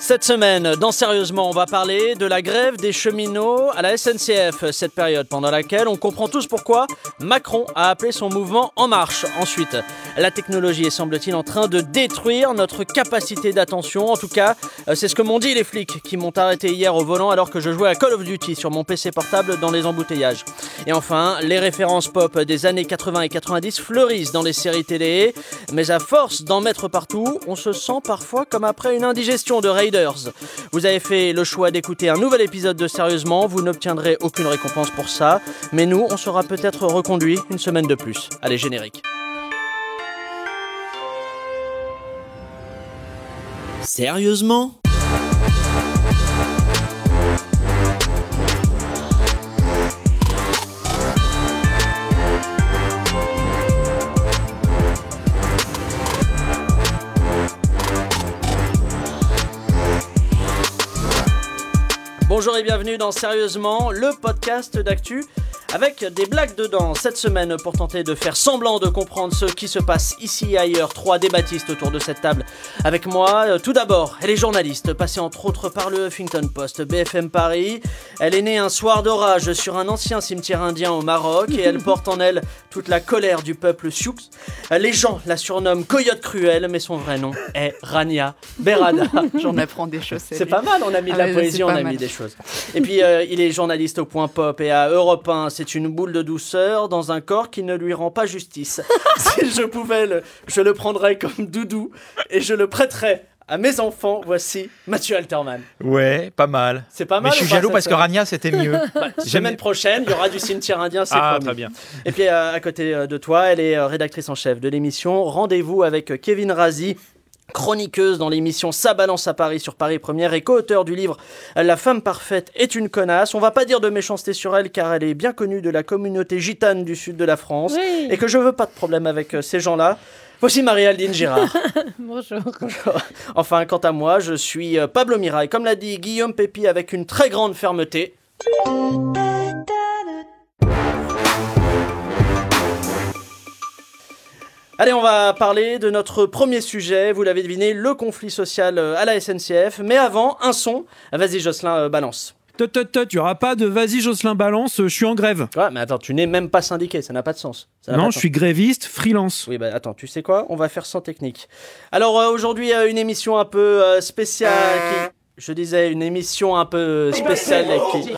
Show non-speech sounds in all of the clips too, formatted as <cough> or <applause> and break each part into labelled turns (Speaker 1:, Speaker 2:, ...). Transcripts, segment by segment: Speaker 1: Cette semaine, dans Sérieusement, on va parler de la grève des cheminots à la SNCF, cette période pendant laquelle on comprend tous pourquoi Macron a appelé son mouvement En Marche. Ensuite, la technologie est semble-t-il en train de détruire notre capacité d'attention. En tout cas, euh, c'est ce que m'ont dit les flics qui m'ont arrêté hier au volant alors que je jouais à Call of Duty sur mon PC portable dans les embouteillages. Et enfin, les références pop des années 80 et 90 fleurissent dans les séries télé, mais à force d'en mettre partout, on se sent parfois comme après une indigestion de Raiders. Vous avez fait le choix d'écouter un nouvel épisode de Sérieusement, vous n'obtiendrez aucune récompense pour ça, mais nous, on sera peut-être reconduit une semaine de plus. Allez, générique.
Speaker 2: Sérieusement
Speaker 1: Bonjour et bienvenue dans Sérieusement, le podcast d'actu avec des blagues dedans. Cette semaine, pour tenter de faire semblant de comprendre ce qui se passe ici et ailleurs, trois débattistes autour de cette table avec moi. Euh, Tout d'abord, elle est journaliste, passée entre autres par le Huffington Post, BFM Paris. Elle est née un soir d'orage sur un ancien cimetière indien au Maroc et elle porte en elle toute la colère du peuple sioux. Euh, Les gens la surnomment Coyote Cruelle, mais son vrai nom est Rania
Speaker 3: <laughs>
Speaker 1: Berada.
Speaker 3: On apprend des choses.
Speaker 1: C'est pas mal, on a mis de
Speaker 3: Ah
Speaker 1: la
Speaker 3: ouais, c'est
Speaker 1: poésie, on
Speaker 3: pas
Speaker 1: a
Speaker 3: mal.
Speaker 1: mis des choses. Et puis, euh, il est journaliste au point pop et à Europe 1. C'est une boule de douceur dans un corps qui ne lui rend pas justice. <laughs> si je pouvais, le- je le prendrais comme doudou et je le prêterais à mes enfants. Voici Mathieu Alterman.
Speaker 4: Ouais, pas mal.
Speaker 1: C'est pas mal.
Speaker 4: Mais je suis
Speaker 1: ou pas,
Speaker 4: jaloux
Speaker 1: cette
Speaker 4: parce que
Speaker 1: semaine
Speaker 4: Rania, c'était
Speaker 1: <laughs>
Speaker 4: mieux.
Speaker 1: Bah, Semaine
Speaker 4: Jamais-
Speaker 1: prochaine, il y aura du cimetière indien, c'est
Speaker 4: ah,
Speaker 1: promis.
Speaker 4: très bien.
Speaker 1: Et puis euh, à côté euh, de toi, elle est euh, rédactrice en chef de l'émission. Rendez-vous avec euh, Kevin Razi. Chroniqueuse dans l'émission Sa balance à Paris sur Paris Première et co-auteur du livre La femme parfaite est une connasse. On va pas dire de méchanceté sur elle car elle est bien connue de la communauté gitane du sud de la France et que je veux pas de problème avec euh, ces gens-là. Voici Marie-Aldine Girard.
Speaker 4: <laughs>
Speaker 5: Bonjour.
Speaker 1: Enfin, quant à moi, je suis euh, Pablo Mira et comme l'a dit Guillaume Pépi avec une très grande fermeté, Allez, on va parler de notre premier sujet, vous l'avez deviné, le conflit social euh, à la SNCF. Mais avant, un son. Vas-y, Jocelyn, euh, balance.
Speaker 6: Tot, tot, tot, il n'y aura pas de vas-y Jocelyn balance, euh, je suis en grève.
Speaker 1: Ouais, mais attends, tu n'es même pas syndiqué, ça n'a pas de sens. Ça n'a pas
Speaker 6: Non,
Speaker 1: de
Speaker 6: je
Speaker 1: sens.
Speaker 6: suis gréviste, freelance.
Speaker 1: Oui, bah attends, tu sais quoi On va faire sans technique. Alors, euh, aujourd'hui, euh, une émission un peu euh, spéciale qui- Je disais, une émission un peu euh, spéciale qui...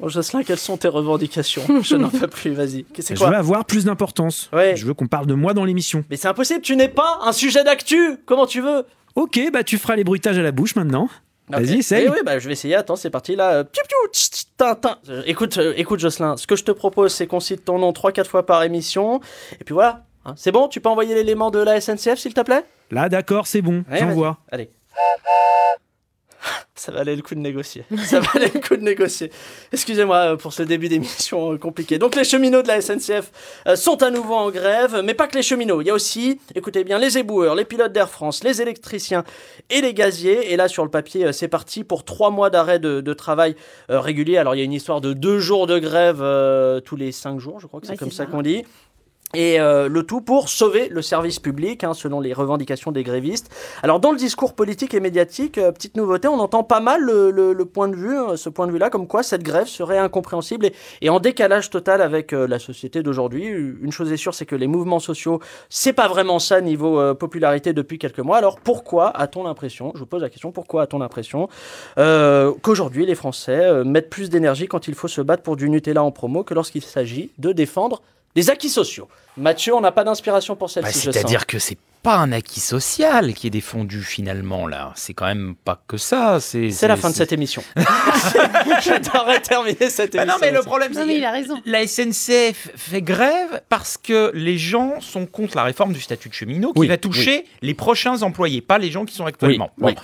Speaker 1: Bon, Jocelyn, quelles sont tes revendications Je n'en peux plus, vas-y. C'est
Speaker 6: Je veux
Speaker 1: quoi
Speaker 6: avoir plus d'importance.
Speaker 1: Ouais.
Speaker 6: Je veux qu'on parle de moi dans l'émission.
Speaker 1: Mais c'est impossible, tu n'es pas un sujet d'actu Comment tu veux
Speaker 6: Ok, bah tu feras les bruitages à la bouche maintenant. Vas-y, essaye.
Speaker 1: Oui, bah, je vais essayer. Attends, c'est parti. Là, euh, piou, piou, tch, tch, tin, tin. Euh, Écoute, euh, écoute, Jocelyn, ce que je te propose, c'est qu'on cite ton nom 3-4 fois par émission. Et puis voilà. hein. C'est bon, tu peux envoyer l'élément de la SNCF, s'il te plaît
Speaker 6: Là, d'accord, c'est bon,
Speaker 1: Ouais,
Speaker 6: j'envoie.
Speaker 1: Allez. Ça valait le coup de négocier. Ça valait le coup de négocier. Excusez-moi euh, pour ce début d'émission euh, compliqué. Donc les cheminots de la SNCF euh, sont à nouveau en grève, mais pas que les cheminots. Il y a aussi, écoutez bien, les éboueurs, les pilotes d'Air France, les électriciens et les gaziers. Et là, sur le papier, euh, c'est parti pour trois mois d'arrêt de, de travail euh, régulier. Alors, il y a une histoire de deux jours de grève euh, tous les cinq jours, je crois que c'est
Speaker 5: Ouais,
Speaker 1: comme
Speaker 5: c'est
Speaker 1: ça
Speaker 5: ça.
Speaker 1: qu'on dit. Et euh, le tout pour sauver le service public, hein, selon les revendications des grévistes. Alors dans le discours politique et médiatique, euh, petite nouveauté, on entend pas mal le, le- le point de vue, euh, ce point de vue-là, comme quoi cette grève serait incompréhensible et, et en décalage total avec euh, la société d'aujourd'hui. Une chose est sûre, c'est que les mouvements sociaux, c'est pas vraiment ça niveau euh, popularité depuis quelques mois. Alors pourquoi a-t-on l'impression, je vous pose la question, pourquoi a-t-on l'impression euh, qu'aujourd'hui les Français euh, mettent plus d'énergie quand il faut se battre pour du Nutella en promo que lorsqu'il s'agit de défendre des acquis sociaux Mathieu, on n'a pas d'inspiration pour
Speaker 7: Bah,
Speaker 1: celle-ci, je sens.
Speaker 7: C'est-à-dire que c'est pas un acquis social qui est défendu finalement là. C'est quand même pas que ça. C'est
Speaker 1: C'est la fin de cette
Speaker 7: <laughs>
Speaker 1: émission. <laughs> je t'aurais terminé cette
Speaker 7: Bah
Speaker 1: émission.
Speaker 7: non mais le problème
Speaker 5: Non mais il
Speaker 7: c'est
Speaker 5: a raison.
Speaker 7: la SNCF fait grève parce que les gens sont contre la réforme du statut de cheminot qui
Speaker 1: Oui,
Speaker 7: va toucher les prochains employés, pas les gens qui sont actuellement.
Speaker 1: Oui,
Speaker 7: Bon.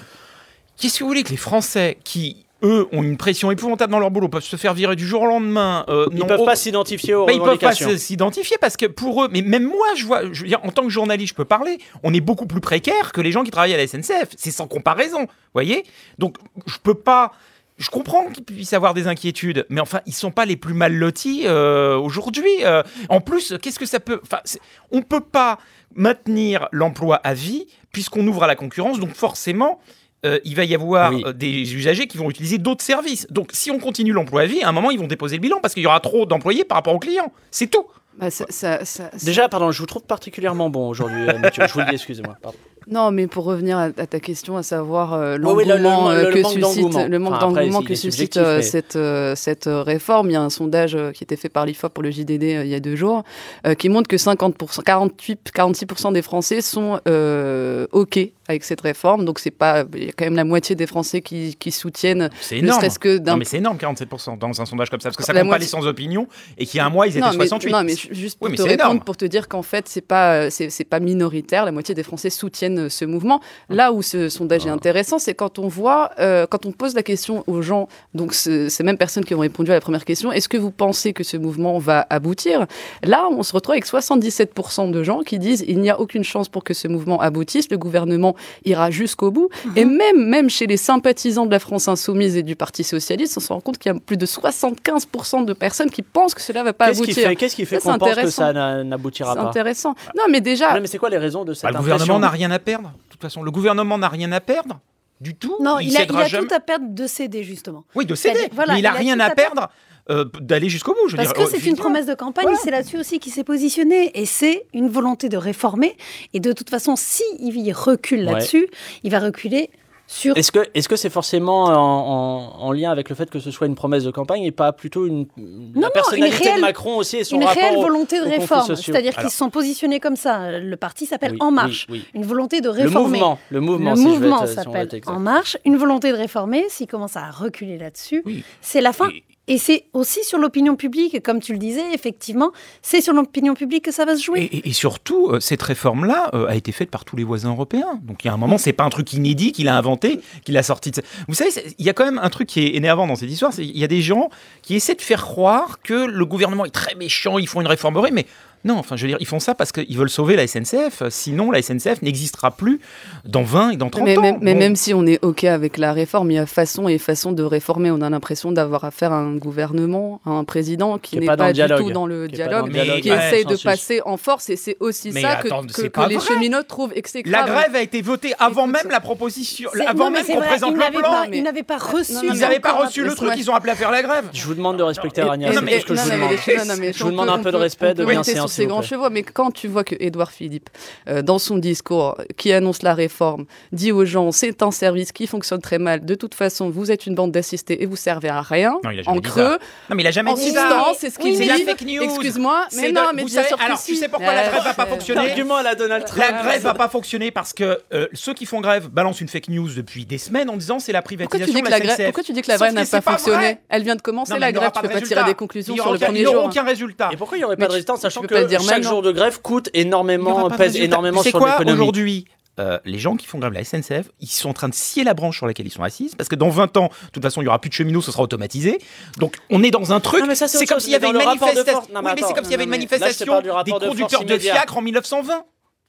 Speaker 7: Qu'est-ce que vous voulez que les Français qui eux ont une pression épouvantable dans leur boulot, peuvent se faire virer du jour au lendemain. euh,
Speaker 1: Ils
Speaker 7: n'ont
Speaker 1: peuvent
Speaker 7: au-
Speaker 1: pas s'identifier aux
Speaker 7: Bah, ils peuvent pas
Speaker 1: revendications.
Speaker 7: se- s'identifier parce que pour eux, mais même moi, je vois, je veux dire, en tant que journaliste, je peux parler. On est beaucoup plus précaire que les gens qui travaillent à la SNCF. C'est sans comparaison, voyez. Donc, je peux pas. Je comprends qu'ils puissent avoir des inquiétudes, mais enfin, ils sont pas les plus mal lotis euh, aujourd'hui. Euh, en plus, qu'est-ce que ça peut Enfin, c'est- on peut pas maintenir l'emploi à vie puisqu'on ouvre à la concurrence. Donc, forcément. euh, il va y avoir
Speaker 1: Oui.
Speaker 7: euh, des usagers qui vont utiliser d'autres services. Donc, si on continue l'emploi à vie, à un moment, ils vont déposer le bilan parce qu'il y aura trop d'employés par rapport aux clients. C'est tout.
Speaker 3: Bah, ça- ça- ça- ça-
Speaker 1: Déjà, Ah, pardon, je vous trouve particulièrement bon aujourd'hui, euh, Mathieu. Je vous le dis, excusez-moi. pardon.
Speaker 3: Non, mais pour revenir à, à ta question, à savoir euh,
Speaker 1: Oui, oui, le- le-
Speaker 3: l'engouement
Speaker 1: le-
Speaker 3: euh,
Speaker 1: le
Speaker 3: que
Speaker 1: manque
Speaker 3: suscite
Speaker 1: d'engouement.
Speaker 3: le manque
Speaker 1: Enfin, après,
Speaker 3: d'engouement
Speaker 1: il
Speaker 3: que
Speaker 1: est
Speaker 3: suscite
Speaker 1: subjectif,
Speaker 3: euh,
Speaker 1: mais-
Speaker 3: cette euh, cette euh, réforme. Il y a un sondage euh, qui était fait par l'Ifop pour le JDD euh, il y a deux jours, euh, qui montre que 50%, 48, 46% des Français sont euh, ok avec cette réforme. Donc c'est pas, il y a quand même la moitié des Français qui, qui soutiennent,
Speaker 7: C'est
Speaker 3: ne
Speaker 7: énorme.
Speaker 3: serait-ce que d'un
Speaker 7: Non, mais c'est énorme, 47% dans un sondage comme ça, parce que ça
Speaker 3: La
Speaker 7: compte pas les
Speaker 3: moitié-
Speaker 7: sans opinion, et qu'il y a un mois, ils étaient
Speaker 3: non, mais,
Speaker 7: 68.
Speaker 3: non, mais ju- juste pour
Speaker 7: Oui, mais
Speaker 3: te
Speaker 7: c'est
Speaker 3: répondre,
Speaker 7: énorme.
Speaker 3: pour te dire qu'en fait, c'est pas, euh, c'est c'est pas minoritaire. La moitié des Français soutiennent euh, ce mouvement. Là où ce sondage
Speaker 1: Ah.
Speaker 3: est intéressant, c'est quand on voit, euh, quand on pose la question aux gens, donc ce- ces mêmes personnes qui ont répondu à la première question, est-ce que vous pensez que ce mouvement va aboutir Là, on se retrouve avec 77% de gens qui disent il n'y a aucune chance pour que ce mouvement aboutisse. Le gouvernement ira jusqu'au bout.
Speaker 1: Mhm.
Speaker 3: Et même, même chez les sympathisants de la France insoumise et du Parti socialiste, on se rend compte qu'il y a plus de 75% de personnes qui pensent que cela va pas
Speaker 1: Qu'est-ce qui
Speaker 3: aboutir.
Speaker 1: fait, qu'est-ce qui fait
Speaker 3: Ça, c'est
Speaker 1: qu'on pense que
Speaker 3: intéressant.
Speaker 1: ça n'a- n'aboutira
Speaker 3: C'est
Speaker 1: pas
Speaker 3: intéressant. Non, mais
Speaker 1: Ouais,
Speaker 3: déjà.
Speaker 1: Ah, bah. mais c'est quoi les raisons de cette
Speaker 7: Bah, le
Speaker 1: impression
Speaker 7: gouvernement n'a rien à perdre. De toute façon, le gouvernement n'a rien à perdre. <laughs> Du tout.
Speaker 4: Non, il, a, il
Speaker 7: cédera
Speaker 4: a
Speaker 7: jamais-
Speaker 4: tout à perdre de céder, justement.
Speaker 7: Oui, de céder.
Speaker 3: Bah,
Speaker 4: C'est-à-dire, voilà,
Speaker 7: mais il n'a
Speaker 4: il a
Speaker 7: rien
Speaker 4: tout
Speaker 7: à
Speaker 4: à
Speaker 7: perdre euh, d'aller jusqu'au bout. Je veux
Speaker 4: Parce
Speaker 7: dire,
Speaker 4: que
Speaker 7: euh,
Speaker 4: c'est
Speaker 7: je veux
Speaker 4: une
Speaker 7: dire,
Speaker 4: promesse de campagne,
Speaker 7: Voilà.
Speaker 4: c'est là-dessus aussi qu'il s'est positionné. Et c'est une volonté de réformer. Et de toute façon, si il recule
Speaker 1: Ouais.
Speaker 4: là-dessus, il va reculer sur...
Speaker 1: Est-ce que est-ce que c'est forcément en, en- en lien avec le fait que ce soit une promesse de campagne et pas plutôt une la
Speaker 4: non,
Speaker 1: personnalité
Speaker 4: une réelle-
Speaker 1: de Macron aussi et son
Speaker 4: Une
Speaker 1: rapport
Speaker 4: réelle
Speaker 1: au-
Speaker 4: volonté de
Speaker 1: aux conflits
Speaker 4: réforme.
Speaker 1: sociaux.
Speaker 4: C'est-à-dire qu'ils
Speaker 7: Alors-
Speaker 4: se sont positionnés comme ça. Le parti s'appelle
Speaker 1: Oui,
Speaker 4: En Marche.
Speaker 1: oui, oui.
Speaker 4: Une volonté de
Speaker 1: Le
Speaker 4: réformer.
Speaker 1: mouvement, le mouvement,
Speaker 4: Le
Speaker 1: si je vais être-
Speaker 4: mouvement
Speaker 1: si on veut
Speaker 4: s'appelle
Speaker 1: être exact.
Speaker 4: En Marche. Une volonté de réformer. S'il commence à reculer là-dessus,
Speaker 7: Oui.
Speaker 4: c'est la fin.
Speaker 7: Et-
Speaker 4: Et c'est aussi sur l'opinion publique, et comme tu le disais, effectivement, c'est sur l'opinion publique que ça va se
Speaker 7: Et,
Speaker 4: jouer.
Speaker 7: et- et surtout, euh, cette réforme-là euh, a été faite par tous les voisins européens. Donc il y a un moment, c'est pas un truc inédit qu'il a inventé, qu'il a sorti. De... Vous savez, c'est- il y a quand même un truc qui est énervant dans cette histoire. c'est Il y a des gens qui essaient de faire croire que le gouvernement est très méchant, ils font une réforme horrible, mais non, enfin, je veux dire, ils font ça parce qu'ils veulent sauver la SNCF. Sinon, la SNCF n'existera plus dans 20 et dans 30
Speaker 3: Mais,
Speaker 7: ans.
Speaker 3: même, mais
Speaker 7: Bon.
Speaker 3: même si on est OK avec la réforme, il y a façon et façon de réformer. On a l'impression d'avoir affaire à un gouvernement, à un président qui
Speaker 1: Qui est
Speaker 3: n'est
Speaker 1: pas
Speaker 3: pas,
Speaker 1: dans le
Speaker 3: du
Speaker 1: dialogue.
Speaker 3: tout dans le
Speaker 1: Qui est pas dans
Speaker 3: dialogue,
Speaker 1: le
Speaker 7: dialogue,
Speaker 3: qui
Speaker 7: ouais,
Speaker 3: essaye de
Speaker 1: consensus.
Speaker 3: passer en force. Et c'est aussi
Speaker 7: Mais
Speaker 3: ça
Speaker 7: attends,
Speaker 3: que,
Speaker 7: c'est
Speaker 3: que-
Speaker 7: pas
Speaker 3: que les
Speaker 7: vrai.
Speaker 3: cheminots trouvent exécrable.
Speaker 7: La grève a été votée avant
Speaker 3: Écoute,
Speaker 7: même la proposition,
Speaker 4: C'est-
Speaker 7: avant
Speaker 4: non, mais
Speaker 7: même
Speaker 4: c'est
Speaker 7: qu'on
Speaker 4: vrai,
Speaker 7: présente
Speaker 4: ils
Speaker 7: le
Speaker 4: n'avaient
Speaker 7: plan.
Speaker 4: pas-
Speaker 3: mais-
Speaker 4: Ils n'avaient pas reçu.
Speaker 3: non, non,
Speaker 7: Ils n'avaient pas
Speaker 3: encore,
Speaker 7: reçu le
Speaker 3: laisse-moi-
Speaker 7: truc, ils ont appelé à faire la grève.
Speaker 1: Je vous demande de respecter
Speaker 3: Et-
Speaker 1: Agnès,
Speaker 3: et-
Speaker 1: c'est
Speaker 7: mais-
Speaker 1: ce que
Speaker 3: non,
Speaker 1: je vous
Speaker 3: mais
Speaker 1: demande.
Speaker 3: les choses- non, mais les
Speaker 1: Je
Speaker 3: choses
Speaker 1: vous demande un
Speaker 3: qu'on
Speaker 1: peu de
Speaker 3: peut-
Speaker 1: respect, de
Speaker 3: qu'on peut
Speaker 1: bienséance,
Speaker 3: monter sur
Speaker 1: s'il
Speaker 3: ses
Speaker 1: vous
Speaker 3: grands
Speaker 1: plaît.
Speaker 3: chevaux, mais quand tu vois que Édouard Philippe, euh, dans son discours qui annonce la réforme, dit aux gens c'est un service qui fonctionne très mal, de toute façon vous êtes une bande d'assistés et vous servez à rien,
Speaker 7: Non, il a jamais
Speaker 3: en
Speaker 7: dit
Speaker 3: creux,
Speaker 7: Non, mais il a jamais
Speaker 3: en
Speaker 7: dit
Speaker 4: dit
Speaker 7: ça.
Speaker 4: ça.
Speaker 3: substance, c'est ce qu'il
Speaker 4: Oui,
Speaker 7: C'est
Speaker 3: dit.
Speaker 7: la fake news.
Speaker 3: Excuse-moi,
Speaker 7: C'est
Speaker 3: mais non,
Speaker 7: de-
Speaker 3: mais
Speaker 7: vous
Speaker 3: bien
Speaker 7: savez-
Speaker 3: sûr que
Speaker 7: alors,
Speaker 3: si.
Speaker 7: tu sais pourquoi la
Speaker 3: Euh,
Speaker 7: grève va pas
Speaker 3: euh,
Speaker 7: fonctionner
Speaker 1: L'argument à la Donald Trump.
Speaker 7: La grève va pas fonctionner parce que euh, ceux qui font grève balancent une fake news depuis des semaines en disant c'est la
Speaker 3: Pourquoi
Speaker 7: privatisation
Speaker 3: tu, dis que
Speaker 7: de la
Speaker 3: la grève,
Speaker 7: SNCF.
Speaker 3: pourquoi tu dis que la
Speaker 7: Sauf
Speaker 3: grève n'a
Speaker 7: c'est
Speaker 3: pas fonctionné
Speaker 7: vrai.
Speaker 3: Elle vient de
Speaker 7: Non,
Speaker 3: commencer
Speaker 7: mais
Speaker 3: la
Speaker 7: il n'y aura
Speaker 3: grève, tu
Speaker 7: pas
Speaker 3: peux
Speaker 7: de
Speaker 3: pas
Speaker 7: résultat.
Speaker 3: tirer des conclusions
Speaker 7: Il y
Speaker 3: sur
Speaker 7: aura
Speaker 3: le
Speaker 7: aucun-
Speaker 3: premier
Speaker 7: Il n'y aura
Speaker 3: jour. hein. Eh ben,
Speaker 7: aucun résultat.
Speaker 1: Et pourquoi il n'y aurait
Speaker 3: Mais
Speaker 1: pas de
Speaker 3: tu-
Speaker 1: résistance,
Speaker 3: tu
Speaker 1: sachant
Speaker 3: peux
Speaker 1: que
Speaker 3: pas le dire
Speaker 1: chaque
Speaker 3: maintenant.
Speaker 1: jour de grève coûte
Speaker 7: Il n'y aura
Speaker 1: énormément,
Speaker 7: pas de
Speaker 1: pèse
Speaker 7: résultat.
Speaker 1: énormément
Speaker 7: C'est
Speaker 1: sur
Speaker 7: quoi
Speaker 1: l'économie.
Speaker 7: aujourd'hui euh, les gens qui font grève à la SNCF, ils sont en train de scier la branche sur laquelle ils sont assis, parce que dans 20 ans, de toute façon, il n'y aura plus de cheminots, ce sera automatisé. Donc, on est dans un truc.
Speaker 1: Non, mais ça, c'est
Speaker 7: C'est
Speaker 1: autre
Speaker 7: comme
Speaker 1: chose,
Speaker 7: s'il y
Speaker 1: mais
Speaker 7: avait
Speaker 1: dans
Speaker 7: une
Speaker 1: le rapport de
Speaker 7: manifestation.
Speaker 1: force-
Speaker 7: Oui,
Speaker 1: non, mais
Speaker 7: mais c'est
Speaker 1: attends,
Speaker 7: comme s'il y avait une
Speaker 3: non, mais là, je te
Speaker 7: manifestation
Speaker 1: parle du rapport de
Speaker 7: des
Speaker 1: force
Speaker 7: conducteurs de
Speaker 1: immédiat.
Speaker 7: fiacre en 1920.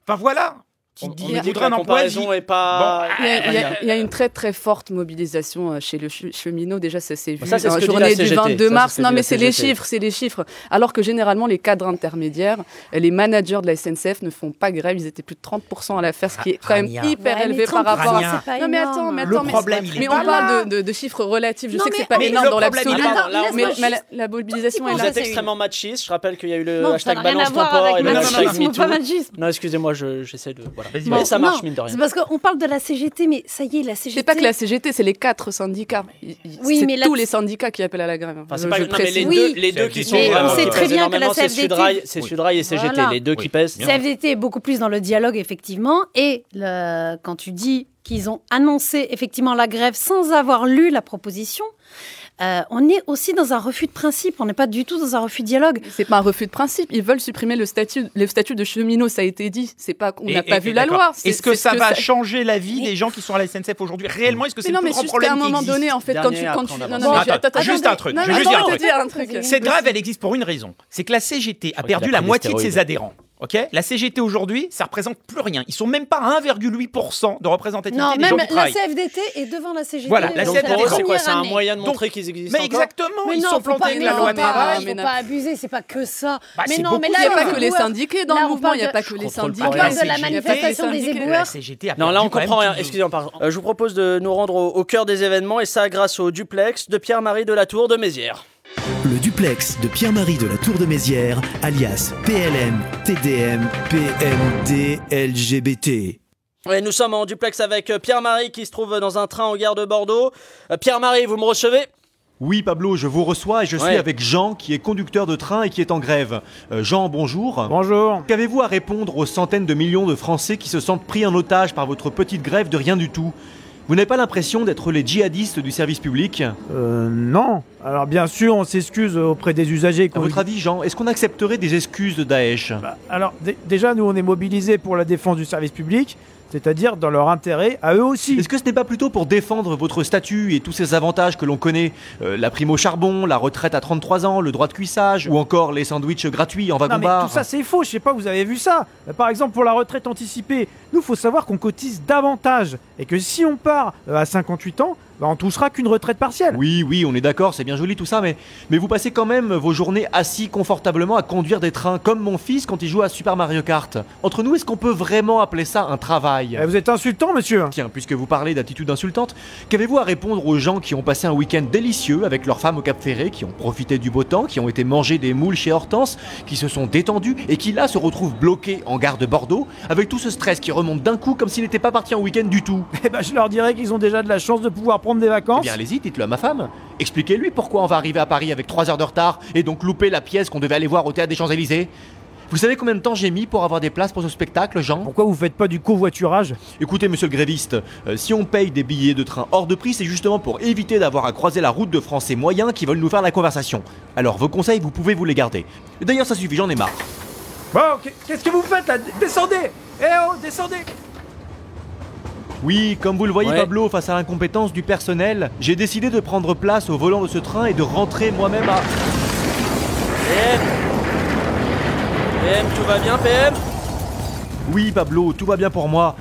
Speaker 7: Enfin voilà. Qui
Speaker 1: On- on
Speaker 7: dit-
Speaker 1: nous dit que
Speaker 7: voudrait
Speaker 1: la
Speaker 7: un emploi à vie.
Speaker 1: comparaison est pas.
Speaker 3: Il y, a, il y a- il y a une très très forte mobilisation euh, chez le ch- cheminot. Déjà, ça s'est vu.
Speaker 1: Bah, Ça, c'est ce
Speaker 3: dans
Speaker 1: que
Speaker 3: la
Speaker 1: dit la
Speaker 3: journée du
Speaker 1: CGT. Ça,
Speaker 3: 22
Speaker 1: c'est ce
Speaker 3: mars.
Speaker 1: que
Speaker 3: non,
Speaker 1: dit la
Speaker 3: mais c'est les
Speaker 1: CGT.
Speaker 3: chiffres, c'est les chiffres. Alors que généralement, les cadres intermédiaires, euh, les managers de la SNCF ne font pas grève. Ils étaient plus de 30% à la faire, ce qui est quand même
Speaker 7: Rania.
Speaker 3: hyper
Speaker 4: Ouais, mais
Speaker 3: élevé par rapport à.
Speaker 7: Rania.
Speaker 4: c'est pas
Speaker 3: Non, mais attends,
Speaker 4: énorme.
Speaker 3: mais
Speaker 7: Le
Speaker 3: attends, mais-
Speaker 7: problème, il est
Speaker 3: Mais
Speaker 7: pas
Speaker 3: on
Speaker 7: là.
Speaker 3: parle de, de- de chiffres relatifs. Je
Speaker 4: Non,
Speaker 3: sais que
Speaker 4: mais-
Speaker 3: c'est pas
Speaker 7: mais
Speaker 3: énorme
Speaker 7: le
Speaker 3: dans
Speaker 7: problème, il est
Speaker 3: l'absolu.
Speaker 1: pas dans- là, on-
Speaker 3: Mais
Speaker 4: moi,
Speaker 3: mais
Speaker 4: je-
Speaker 3: la- la mobilisation
Speaker 4: Tu
Speaker 3: est
Speaker 4: penses
Speaker 1: Vous
Speaker 3: là.
Speaker 4: à
Speaker 1: êtes
Speaker 4: ça, c'est
Speaker 1: extrêmement machiste. Je rappelle qu'il y a eu le
Speaker 4: Non, ça
Speaker 1: hashtag
Speaker 4: n'a rien
Speaker 1: balance
Speaker 4: à
Speaker 1: ton
Speaker 4: voir
Speaker 1: port et
Speaker 4: avec
Speaker 1: le hashtag
Speaker 4: machisme ou pas
Speaker 1: MeToo.
Speaker 4: machisme.
Speaker 1: Non, excusez-moi, je- j'essaie de. Voilà.
Speaker 7: Vas-y,
Speaker 1: Mais
Speaker 7: vas-y.
Speaker 1: ça
Speaker 4: non,
Speaker 1: marche, mine de rien.
Speaker 4: C'est parce qu'on parle de la CGT, mais ça y est, la
Speaker 3: C'est
Speaker 4: CGT.
Speaker 3: pas que la CGT, c'est les quatre syndicats. Il- il-
Speaker 4: Oui,
Speaker 3: c'est
Speaker 4: mais là-
Speaker 3: tous les syndicats qui appellent à la grève. hein.
Speaker 1: Enfin,
Speaker 3: Je-
Speaker 1: c'est pas
Speaker 3: je
Speaker 1: non, mais les
Speaker 3: précise.
Speaker 1: deux,
Speaker 4: Oui.
Speaker 1: les deux qui
Speaker 7: Mais
Speaker 1: sont
Speaker 4: on
Speaker 1: vraiment
Speaker 4: sait
Speaker 1: qui
Speaker 4: très
Speaker 1: pèsent
Speaker 4: bien que la
Speaker 1: énormément, c'est
Speaker 4: CFDT
Speaker 1: Sudrail, c'est Sudrail et CGT,
Speaker 4: Voilà.
Speaker 1: les deux
Speaker 7: Oui.
Speaker 1: qui pèsent.
Speaker 4: CFDT est beaucoup plus dans le dialogue, effectivement. Et le- quand tu dis qu'ils ont annoncé effectivement la grève sans avoir lu la proposition, euh, on est aussi dans un refus de principe, on n'est pas du tout dans un refus de dialogue.
Speaker 3: C'est pas un refus de principe. Ils veulent supprimer le statut, le statut de cheminot, ça a été dit. C'est pas qu'on
Speaker 7: Et-
Speaker 3: n'a pas
Speaker 7: et-
Speaker 3: vu
Speaker 7: et
Speaker 3: la
Speaker 7: d'accord.
Speaker 3: loi. C'est-
Speaker 7: Est-ce que
Speaker 3: c'est
Speaker 7: ça
Speaker 3: ce
Speaker 7: va
Speaker 3: ça-
Speaker 7: changer la vie des gens qui sont à la SNCF aujourd'hui Réellement, est-ce que c'est
Speaker 3: Mais
Speaker 7: le
Speaker 3: non,
Speaker 7: plus
Speaker 3: mais
Speaker 7: grand
Speaker 3: juste à
Speaker 7: problème
Speaker 3: un
Speaker 7: qui
Speaker 3: moment
Speaker 7: existe
Speaker 3: donné, en fait, quand tu,
Speaker 1: Dernier,
Speaker 3: quand
Speaker 1: après,
Speaker 3: tu,
Speaker 1: on avance.
Speaker 3: non, non,
Speaker 7: Bon,
Speaker 3: mais je-
Speaker 7: attends,
Speaker 3: attends, attends,
Speaker 7: juste
Speaker 3: attends,
Speaker 7: un truc,
Speaker 3: non, non,
Speaker 7: je vais juste dire
Speaker 3: attends,
Speaker 7: un
Speaker 3: te dire un truc.
Speaker 7: Cette grève, elle existe pour une raison. C'est que la CGT a
Speaker 1: qu'il a
Speaker 7: perdu
Speaker 1: pris
Speaker 7: la
Speaker 1: des
Speaker 7: moitié de
Speaker 1: stéroïdes.
Speaker 7: ses adhérents. Ok, la CGT aujourd'hui, ça représente plus rien. Ils sont même pas à 1,8% de représentativité
Speaker 4: Non,
Speaker 7: des gens
Speaker 4: même
Speaker 7: qui
Speaker 4: la
Speaker 7: travaillent.
Speaker 4: CFDT est devant la CGT.
Speaker 7: Voilà, la
Speaker 4: Donc,
Speaker 1: Donc
Speaker 7: CFDT,
Speaker 1: pour eux, c'est
Speaker 7: première
Speaker 1: quoi C'est un
Speaker 5: année.
Speaker 1: moyen de
Speaker 7: Donc-
Speaker 1: montrer qu'ils existent
Speaker 7: Mais
Speaker 1: encore
Speaker 7: exactement,
Speaker 4: Mais
Speaker 7: ils
Speaker 4: non,
Speaker 7: sont
Speaker 4: faut
Speaker 7: plantés
Speaker 4: pas-
Speaker 7: avec
Speaker 4: mais
Speaker 7: la
Speaker 4: non,
Speaker 7: loi
Speaker 4: faut pas-
Speaker 7: travail.
Speaker 4: Faut pas abuser, c'est pas que ça.
Speaker 7: Bah,
Speaker 4: mais
Speaker 7: c'est
Speaker 4: non, mais
Speaker 7: beaucoup
Speaker 4: là,
Speaker 3: Il n'y a
Speaker 4: les
Speaker 3: pas que les
Speaker 4: éboueurs-
Speaker 3: syndiqués dans
Speaker 4: Là,
Speaker 3: le
Speaker 4: on
Speaker 3: mouvement, il n'y a
Speaker 4: parle
Speaker 3: pas
Speaker 4: de-
Speaker 3: que les
Speaker 1: Je contrôle
Speaker 3: syndiqués.
Speaker 1: pas
Speaker 4: rien. On parle de la manifestation
Speaker 7: CGT,
Speaker 4: des
Speaker 7: la
Speaker 4: éboueurs.
Speaker 7: CGT a
Speaker 1: Non, là
Speaker 7: perdu
Speaker 1: on
Speaker 7: quand même
Speaker 1: comprend rien.
Speaker 7: du-
Speaker 1: Excusez-moi, pardon. Euh, je vous propose de nous rendre au, au cœur des événements et ça grâce au duplex de Pierre-Marie de la Tour de Mézières.
Speaker 2: Le duplex de Pierre-Marie de la Tour de Mézières, alias PLM, TDM, PMD, LGBT.
Speaker 1: Et nous sommes en duplex avec euh, Pierre-Marie qui se trouve dans un train en gare de Bordeaux. Euh, Pierre-Marie, vous me recevez
Speaker 8: Oui Pablo, je vous reçois et je suis
Speaker 1: Ouais.
Speaker 8: avec Jean qui est conducteur de train et qui est en grève. Euh, Jean, bonjour.
Speaker 6: Bonjour.
Speaker 8: Qu'avez-vous à répondre aux centaines de millions de Français qui se sentent pris en otage par votre petite grève de rien du tout Vous n'avez pas l'impression d'être les djihadistes du service public
Speaker 6: Euh, non. Alors bien sûr, on s'excuse auprès des usagers.
Speaker 8: À
Speaker 6: qu'on-
Speaker 8: votre avis, Jean, est-ce qu'on accepterait des excuses de Daesh
Speaker 6: Bah, Alors dé- déjà, nous, on est mobilisés pour la défense du service public, c'est-à-dire dans leur intérêt à eux aussi.
Speaker 8: Est-ce que ce n'est pas plutôt pour défendre votre statut et tous ces avantages que l'on connaît Euh, La prime au charbon, la retraite à 33 ans, le droit de cuissage, ou encore les sandwichs gratuits en
Speaker 6: Non mais
Speaker 8: wagon-bar
Speaker 6: tout ça c'est faux, je sais pas, vous avez vu ça. Euh, Par exemple pour la retraite anticipée, nous faut savoir qu'on cotise davantage et que si on part euh, à 58 ans, bah, on touchera qu'une retraite partielle.
Speaker 8: Oui, oui, on est d'accord, c'est bien joli tout ça, mais, mais vous passez quand même vos journées assis confortablement à conduire des trains, comme mon fils quand il joue à Super Mario Kart. Entre nous, est-ce qu'on peut vraiment appeler ça un travail
Speaker 6: Euh, Vous êtes insultant monsieur.
Speaker 8: Tiens, puisque vous parlez d'attitude insultante, qu'avez-vous à répondre aux gens qui ont passé un week-end délicieux avec leurs femmes au Cap Ferré, qui ont profité du beau temps, qui ont été manger des moules chez Hortense, qui se sont détendus et qui là se retrouvent bloqués en gare de Bordeaux, avec tout ce stress qui remonte d'un coup comme s'ils n'étaient pas partis en week-end du tout
Speaker 6: Eh ben je leur dirais qu'ils ont déjà de la chance de pouvoir prendre des
Speaker 8: eh
Speaker 6: vacances.
Speaker 8: bien, allez-y, dites-le à ma femme. Expliquez-lui pourquoi on va arriver à Paris avec 3 heures de retard et donc louper la pièce qu'on devait aller voir au théâtre des Champs-Élysées. Vous savez combien de temps j'ai mis pour avoir des places pour ce spectacle, Jean
Speaker 6: Pourquoi vous faites pas du covoiturage
Speaker 8: Écoutez, monsieur le gréviste, euh, si on paye des billets de train hors de prix, c'est justement pour éviter d'avoir à croiser la route de Français moyens qui veulent nous faire la conversation. Alors, vos conseils, vous pouvez vous les garder. Et D'ailleurs, ça suffit, j'en ai marre.
Speaker 6: Bon, qu'est- qu'est-ce que vous faites là Descendez Eh oh, descendez
Speaker 8: Oui, comme vous le voyez,
Speaker 1: Ouais.
Speaker 8: Pablo, face à l'incompétence du personnel, j'ai décidé de prendre place au volant de ce train et de rentrer moi-même à.
Speaker 1: PM PM, tout va bien, PM
Speaker 8: Oui, Pablo, tout va bien pour moi.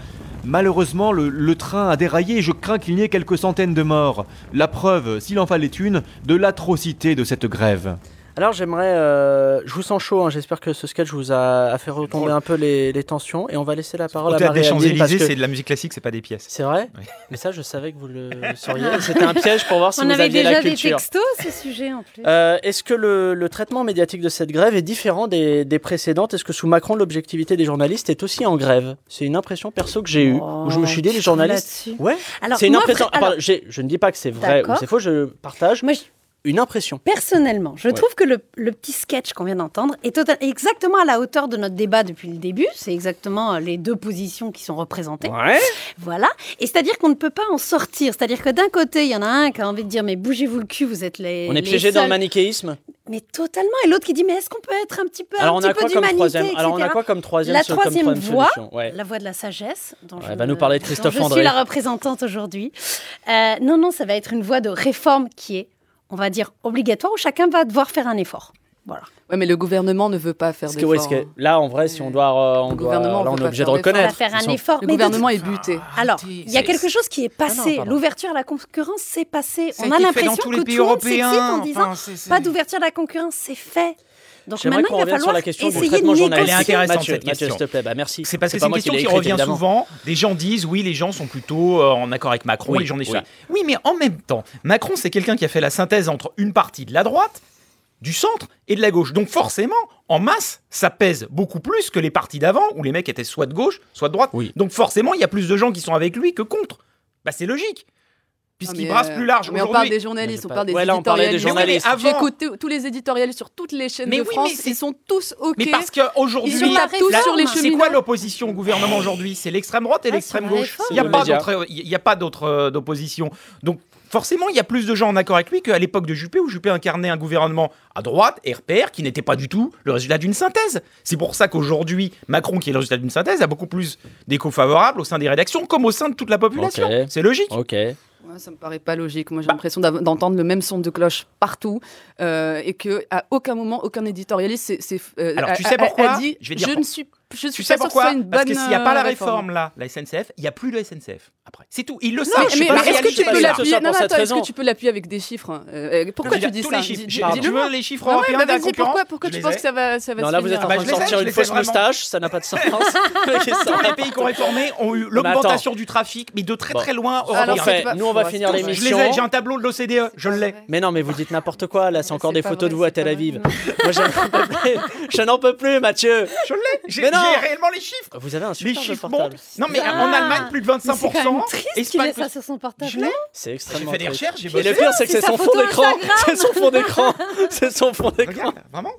Speaker 8: Malheureusement, le, le train a déraillé et je crains qu'il n'y ait quelques centaines de morts. La preuve, s'il en fallait une, de l'atrocité de cette grève.
Speaker 1: Alors j'aimerais, euh, je vous sens chaud, hein, j'espère que ce sketch vous a, a fait retomber un peu les, les tensions et on va laisser la
Speaker 7: Au
Speaker 1: parole à
Speaker 7: théâtre des
Speaker 1: Marie-Agnès parce
Speaker 7: Champs-Élysées, c'est
Speaker 1: que
Speaker 7: de la musique classique, c'est pas des pièces.
Speaker 1: c'est vrai
Speaker 7: <laughs>
Speaker 1: Mais ça je savais que vous
Speaker 6: <laughs>
Speaker 1: le
Speaker 6: Oh,
Speaker 1: sauriez, c'était un piège pour voir
Speaker 4: <laughs>
Speaker 1: si
Speaker 4: On
Speaker 1: vous
Speaker 4: avait
Speaker 1: aviez la
Speaker 4: déjà des
Speaker 1: culture.
Speaker 4: textos à ce sujet en plus.
Speaker 1: Euh, Est-ce que le, le traitement médiatique de cette grève est différent des, des précédentes Est-ce que sous Macron, l'objectivité des journalistes est aussi en grève C'est une impression perso que j'ai eue, où je me suis dit, les journalistes... Ouais,
Speaker 4: Alors,
Speaker 1: c'est une
Speaker 4: moi,
Speaker 1: impression...
Speaker 4: fra-
Speaker 1: ah,
Speaker 4: alors,
Speaker 1: pardon, j'ai- je ne dis pas que c'est vrai ou
Speaker 4: D'accord.
Speaker 1: c'est faux, je partage
Speaker 4: moi, je-
Speaker 1: une impression.
Speaker 4: personnellement, je
Speaker 1: Ouais.
Speaker 4: trouve que le, le petit sketch qu'on vient d'entendre est total- exactement à la hauteur de notre débat depuis le début. C'est exactement euh, les deux positions qui sont représentées.
Speaker 1: Ouais
Speaker 4: Voilà. Et c'est-à-dire qu'on ne peut pas en sortir. C'est-à-dire que d'un côté, il y en a un qui a envie de dire mais bougez-vous le cul, vous êtes les.
Speaker 1: On est
Speaker 4: les
Speaker 1: piégé dans le
Speaker 4: seuls.
Speaker 1: manichéisme.
Speaker 4: Mais totalement. Et l'autre qui dit mais est-ce qu'on peut être un petit peu
Speaker 1: Alors
Speaker 4: un
Speaker 1: on
Speaker 4: petit
Speaker 1: a
Speaker 4: peu
Speaker 1: quoi comme
Speaker 4: d'humanité,
Speaker 1: troisième Alors on a
Speaker 4: etc.
Speaker 1: quoi comme troisième
Speaker 4: La
Speaker 1: so- comme
Speaker 4: troisième voie,
Speaker 1: solution Ouais.
Speaker 4: La voix de la sagesse, dont
Speaker 1: Ouais,
Speaker 4: je,
Speaker 1: elle va
Speaker 4: me-
Speaker 1: nous parler de Christophe
Speaker 4: dont je
Speaker 1: André.
Speaker 4: suis la représentante aujourd'hui. Euh, non, non, ça va être une voie de réforme qui est, on va dire, obligatoire, où chacun va devoir faire un effort. Voilà.
Speaker 3: Ouais, mais le gouvernement ne veut pas faire
Speaker 1: Parce que, ouais,
Speaker 3: d'efforts. hein.
Speaker 1: parce que là, en vrai, si on doit, euh, on
Speaker 3: Le
Speaker 1: doit-
Speaker 3: gouvernement
Speaker 1: là, on
Speaker 3: veut
Speaker 1: est
Speaker 3: pas
Speaker 1: obligé de
Speaker 3: faire d'efforts.
Speaker 4: On va
Speaker 1: reconnaître.
Speaker 4: faire un
Speaker 1: Ils sont-
Speaker 4: effort.
Speaker 3: Le
Speaker 4: mais de
Speaker 3: gouvernement
Speaker 4: toute-
Speaker 3: est buté.
Speaker 4: Alors,
Speaker 7: Ah,
Speaker 4: il y a quelque chose qui est passé.
Speaker 1: pardon.
Speaker 4: L'ouverture à la concurrence, c'est passé.
Speaker 7: Ça
Speaker 4: on
Speaker 7: été
Speaker 4: a
Speaker 7: fait
Speaker 4: l'impression
Speaker 7: dans tous
Speaker 4: que
Speaker 7: les
Speaker 4: tout
Speaker 7: pays
Speaker 4: le monde s'excite en
Speaker 7: européens.
Speaker 4: disant
Speaker 7: Enfin, c'est- c'est-
Speaker 4: pas d'ouverture à la concurrence, c'est fait. Donc
Speaker 1: J'aimerais
Speaker 4: maintenant,
Speaker 1: qu'on
Speaker 4: il va
Speaker 1: revienne sur
Speaker 4: falloir
Speaker 1: la question du
Speaker 4: essayer de
Speaker 1: traitement
Speaker 4: négocier.
Speaker 1: journalistique.
Speaker 7: Elle est intéressante,
Speaker 1: Mathieu,
Speaker 7: cette
Speaker 1: Mathieu,
Speaker 7: question.
Speaker 1: s'il te plaît, bah, merci.
Speaker 7: C'est parce que
Speaker 1: pas
Speaker 7: c'est une
Speaker 1: moi qui
Speaker 7: question
Speaker 1: l'ai
Speaker 7: qui,
Speaker 1: écrite,
Speaker 7: revient
Speaker 1: évidemment.
Speaker 7: souvent. Des gens disent oui, les gens sont plutôt euh, en accord avec Macron,
Speaker 1: Oui,
Speaker 7: les gens disent
Speaker 1: oui.
Speaker 7: ça. Oui, mais en même temps, Macron, c'est quelqu'un qui a fait la synthèse entre une partie de la droite, du centre et de la gauche. Donc forcément, en masse, ça pèse beaucoup plus que les partis d'avant où les mecs étaient soit de gauche, soit de droite.
Speaker 1: Oui.
Speaker 7: Donc forcément, il y a plus de gens qui sont avec lui que contre. Bah, c'est logique. puisqu'il
Speaker 3: mais,
Speaker 7: brasse
Speaker 3: euh,
Speaker 7: plus large.
Speaker 3: Mais on parle
Speaker 7: Aujourd'hui-
Speaker 3: des journalistes, on parle des
Speaker 1: Ouais, là, on parlait des
Speaker 3: éditorialistes.
Speaker 1: journalistes.
Speaker 7: Mais oui, mais avant-
Speaker 3: J'ai écouté tous les éditoriales sur toutes les chaînes
Speaker 7: Mais
Speaker 3: de
Speaker 7: oui, mais
Speaker 3: France,
Speaker 7: c'est-
Speaker 3: ils sont tous OK.
Speaker 7: Mais parce qu'aujourd'hui,
Speaker 3: Ils sont là tous
Speaker 7: la-
Speaker 3: sur les
Speaker 7: c'est quoi
Speaker 3: cheminots.
Speaker 7: l'opposition au gouvernement aujourd'hui C'est l'extrême droite et
Speaker 4: Ah,
Speaker 7: l'extrême
Speaker 4: sur la
Speaker 7: gauche.
Speaker 4: réforme.
Speaker 7: Il n'y a,
Speaker 1: C'est
Speaker 7: pas
Speaker 1: le média.
Speaker 7: d'autre- il y a pas d'autre euh, d'opposition. Donc forcément, il y a plus de gens en accord avec lui qu'à l'époque de Juppé, où Juppé incarnait un gouvernement à droite, RPR, qui n'était pas du tout le résultat d'une synthèse. C'est pour ça qu'aujourd'hui, Macron, qui est le résultat d'une synthèse, a beaucoup plus d'échos favorables au sein des rédactions, comme au sein de toute la population.
Speaker 1: Ok.
Speaker 7: C'est logique.
Speaker 1: Ok.
Speaker 3: Ouais, ça me paraît pas logique. Moi, j'ai
Speaker 7: Bah.
Speaker 3: l'impression d'av- d'entendre le même son de cloche partout euh, et que à aucun moment, aucun éditorialiste s'est- s'est, euh,
Speaker 7: Alors,
Speaker 3: a-
Speaker 7: tu sais
Speaker 3: a- a-
Speaker 7: pourquoi
Speaker 3: a dit,
Speaker 7: Je vais dire
Speaker 3: ne
Speaker 7: pour-
Speaker 3: suis, je
Speaker 7: Tu
Speaker 3: suis
Speaker 7: sais
Speaker 3: pas sûr que ce soit
Speaker 7: pourquoi
Speaker 3: une
Speaker 7: Parce que
Speaker 3: bonne,
Speaker 7: s'il n'y a pas la
Speaker 3: euh,
Speaker 7: réforme, là, la SNCF, il n'y a plus de SNCF après. C'est tout. Ils le
Speaker 3: Non,
Speaker 7: savent.
Speaker 1: je suis
Speaker 3: mais
Speaker 1: pas
Speaker 3: est-ce que
Speaker 1: réaliste,
Speaker 3: tu
Speaker 1: je
Speaker 3: peux
Speaker 1: suis pas
Speaker 3: l'appuyer
Speaker 1: sûr
Speaker 3: Non,
Speaker 1: pour
Speaker 3: non,
Speaker 1: cette
Speaker 3: attends, est-ce
Speaker 1: raison.
Speaker 3: que tu peux l'appuyer avec des chiffres hein Euh, Pourquoi
Speaker 7: Je veux
Speaker 3: tu dis
Speaker 7: dire, tous
Speaker 3: ça
Speaker 7: les chiffres.
Speaker 3: Dis-
Speaker 7: J'ai-
Speaker 3: dis-le-moi.
Speaker 7: Tu veux les chiffres
Speaker 3: Ah ouais,
Speaker 7: européens
Speaker 3: bah
Speaker 7: d'un
Speaker 3: Vas-y,
Speaker 7: concurrent
Speaker 3: pourquoi, pourquoi
Speaker 7: Je
Speaker 3: tu
Speaker 7: les
Speaker 3: penses
Speaker 7: ai.
Speaker 3: que ça va, ça va
Speaker 1: Non,
Speaker 3: se
Speaker 1: là, vous êtes
Speaker 3: finir
Speaker 1: en
Speaker 7: Bah,
Speaker 1: train de
Speaker 7: je les aime,
Speaker 1: sortir
Speaker 7: je
Speaker 1: une
Speaker 7: les
Speaker 1: fausse
Speaker 7: aime vraiment.
Speaker 1: moustache, ça n'a
Speaker 7: <laughs>
Speaker 1: pas de sens. <laughs> Mais ça
Speaker 7: Tous
Speaker 1: n'a
Speaker 7: les pays qui ont réformé ont eu l'augmentation du trafic, mais de très
Speaker 1: Bon.
Speaker 7: très loin
Speaker 3: Alors,
Speaker 1: Alors,
Speaker 7: européen.
Speaker 3: c'est pas
Speaker 1: nous, on va
Speaker 3: faux,
Speaker 1: finir
Speaker 3: c'est
Speaker 7: Je
Speaker 1: l'émission. Ah
Speaker 7: les ai, j'ai un tableau de l'OCDE, E, je l'ai.
Speaker 1: Mais non, mais vous dites n'importe quoi. Là, c'est encore
Speaker 3: C'est
Speaker 1: des
Speaker 3: pas
Speaker 1: photos
Speaker 3: vrai,
Speaker 1: de vous à
Speaker 3: c'est
Speaker 1: Tel
Speaker 3: pas
Speaker 1: Aviv.
Speaker 3: vrai.
Speaker 1: Moi, je n'en peux plus. <laughs> Je n'en peux plus, Mathieu.
Speaker 7: Je l'ai, j'ai
Speaker 1: Mais non.
Speaker 7: j'ai réellement les chiffres.
Speaker 1: Vous avez un
Speaker 7: Les
Speaker 1: super jeu
Speaker 7: chiffres montent.
Speaker 1: portable.
Speaker 7: Non, mais
Speaker 4: Ah.
Speaker 7: en Allemagne, plus de
Speaker 4: Mais C'est quand même
Speaker 7: 25%.
Speaker 4: triste qu'il
Speaker 7: Espagne,
Speaker 4: ait
Speaker 7: plus-
Speaker 4: ça sur son portable.
Speaker 7: Je l'ai.
Speaker 1: C'est
Speaker 7: J'ai
Speaker 1: extrêmement.
Speaker 7: fait des
Speaker 1: triste.
Speaker 7: recherches, j'ai
Speaker 1: Et le
Speaker 7: bossé.
Speaker 1: pire, c'est que
Speaker 4: C'est
Speaker 1: c'est
Speaker 4: sa
Speaker 1: son
Speaker 4: photo
Speaker 1: fond d'écran.
Speaker 3: <laughs>
Speaker 4: Instagram.
Speaker 1: C'est son fond d'écran. <laughs> C'est son fond d'écran.
Speaker 7: Regarde, vraiment.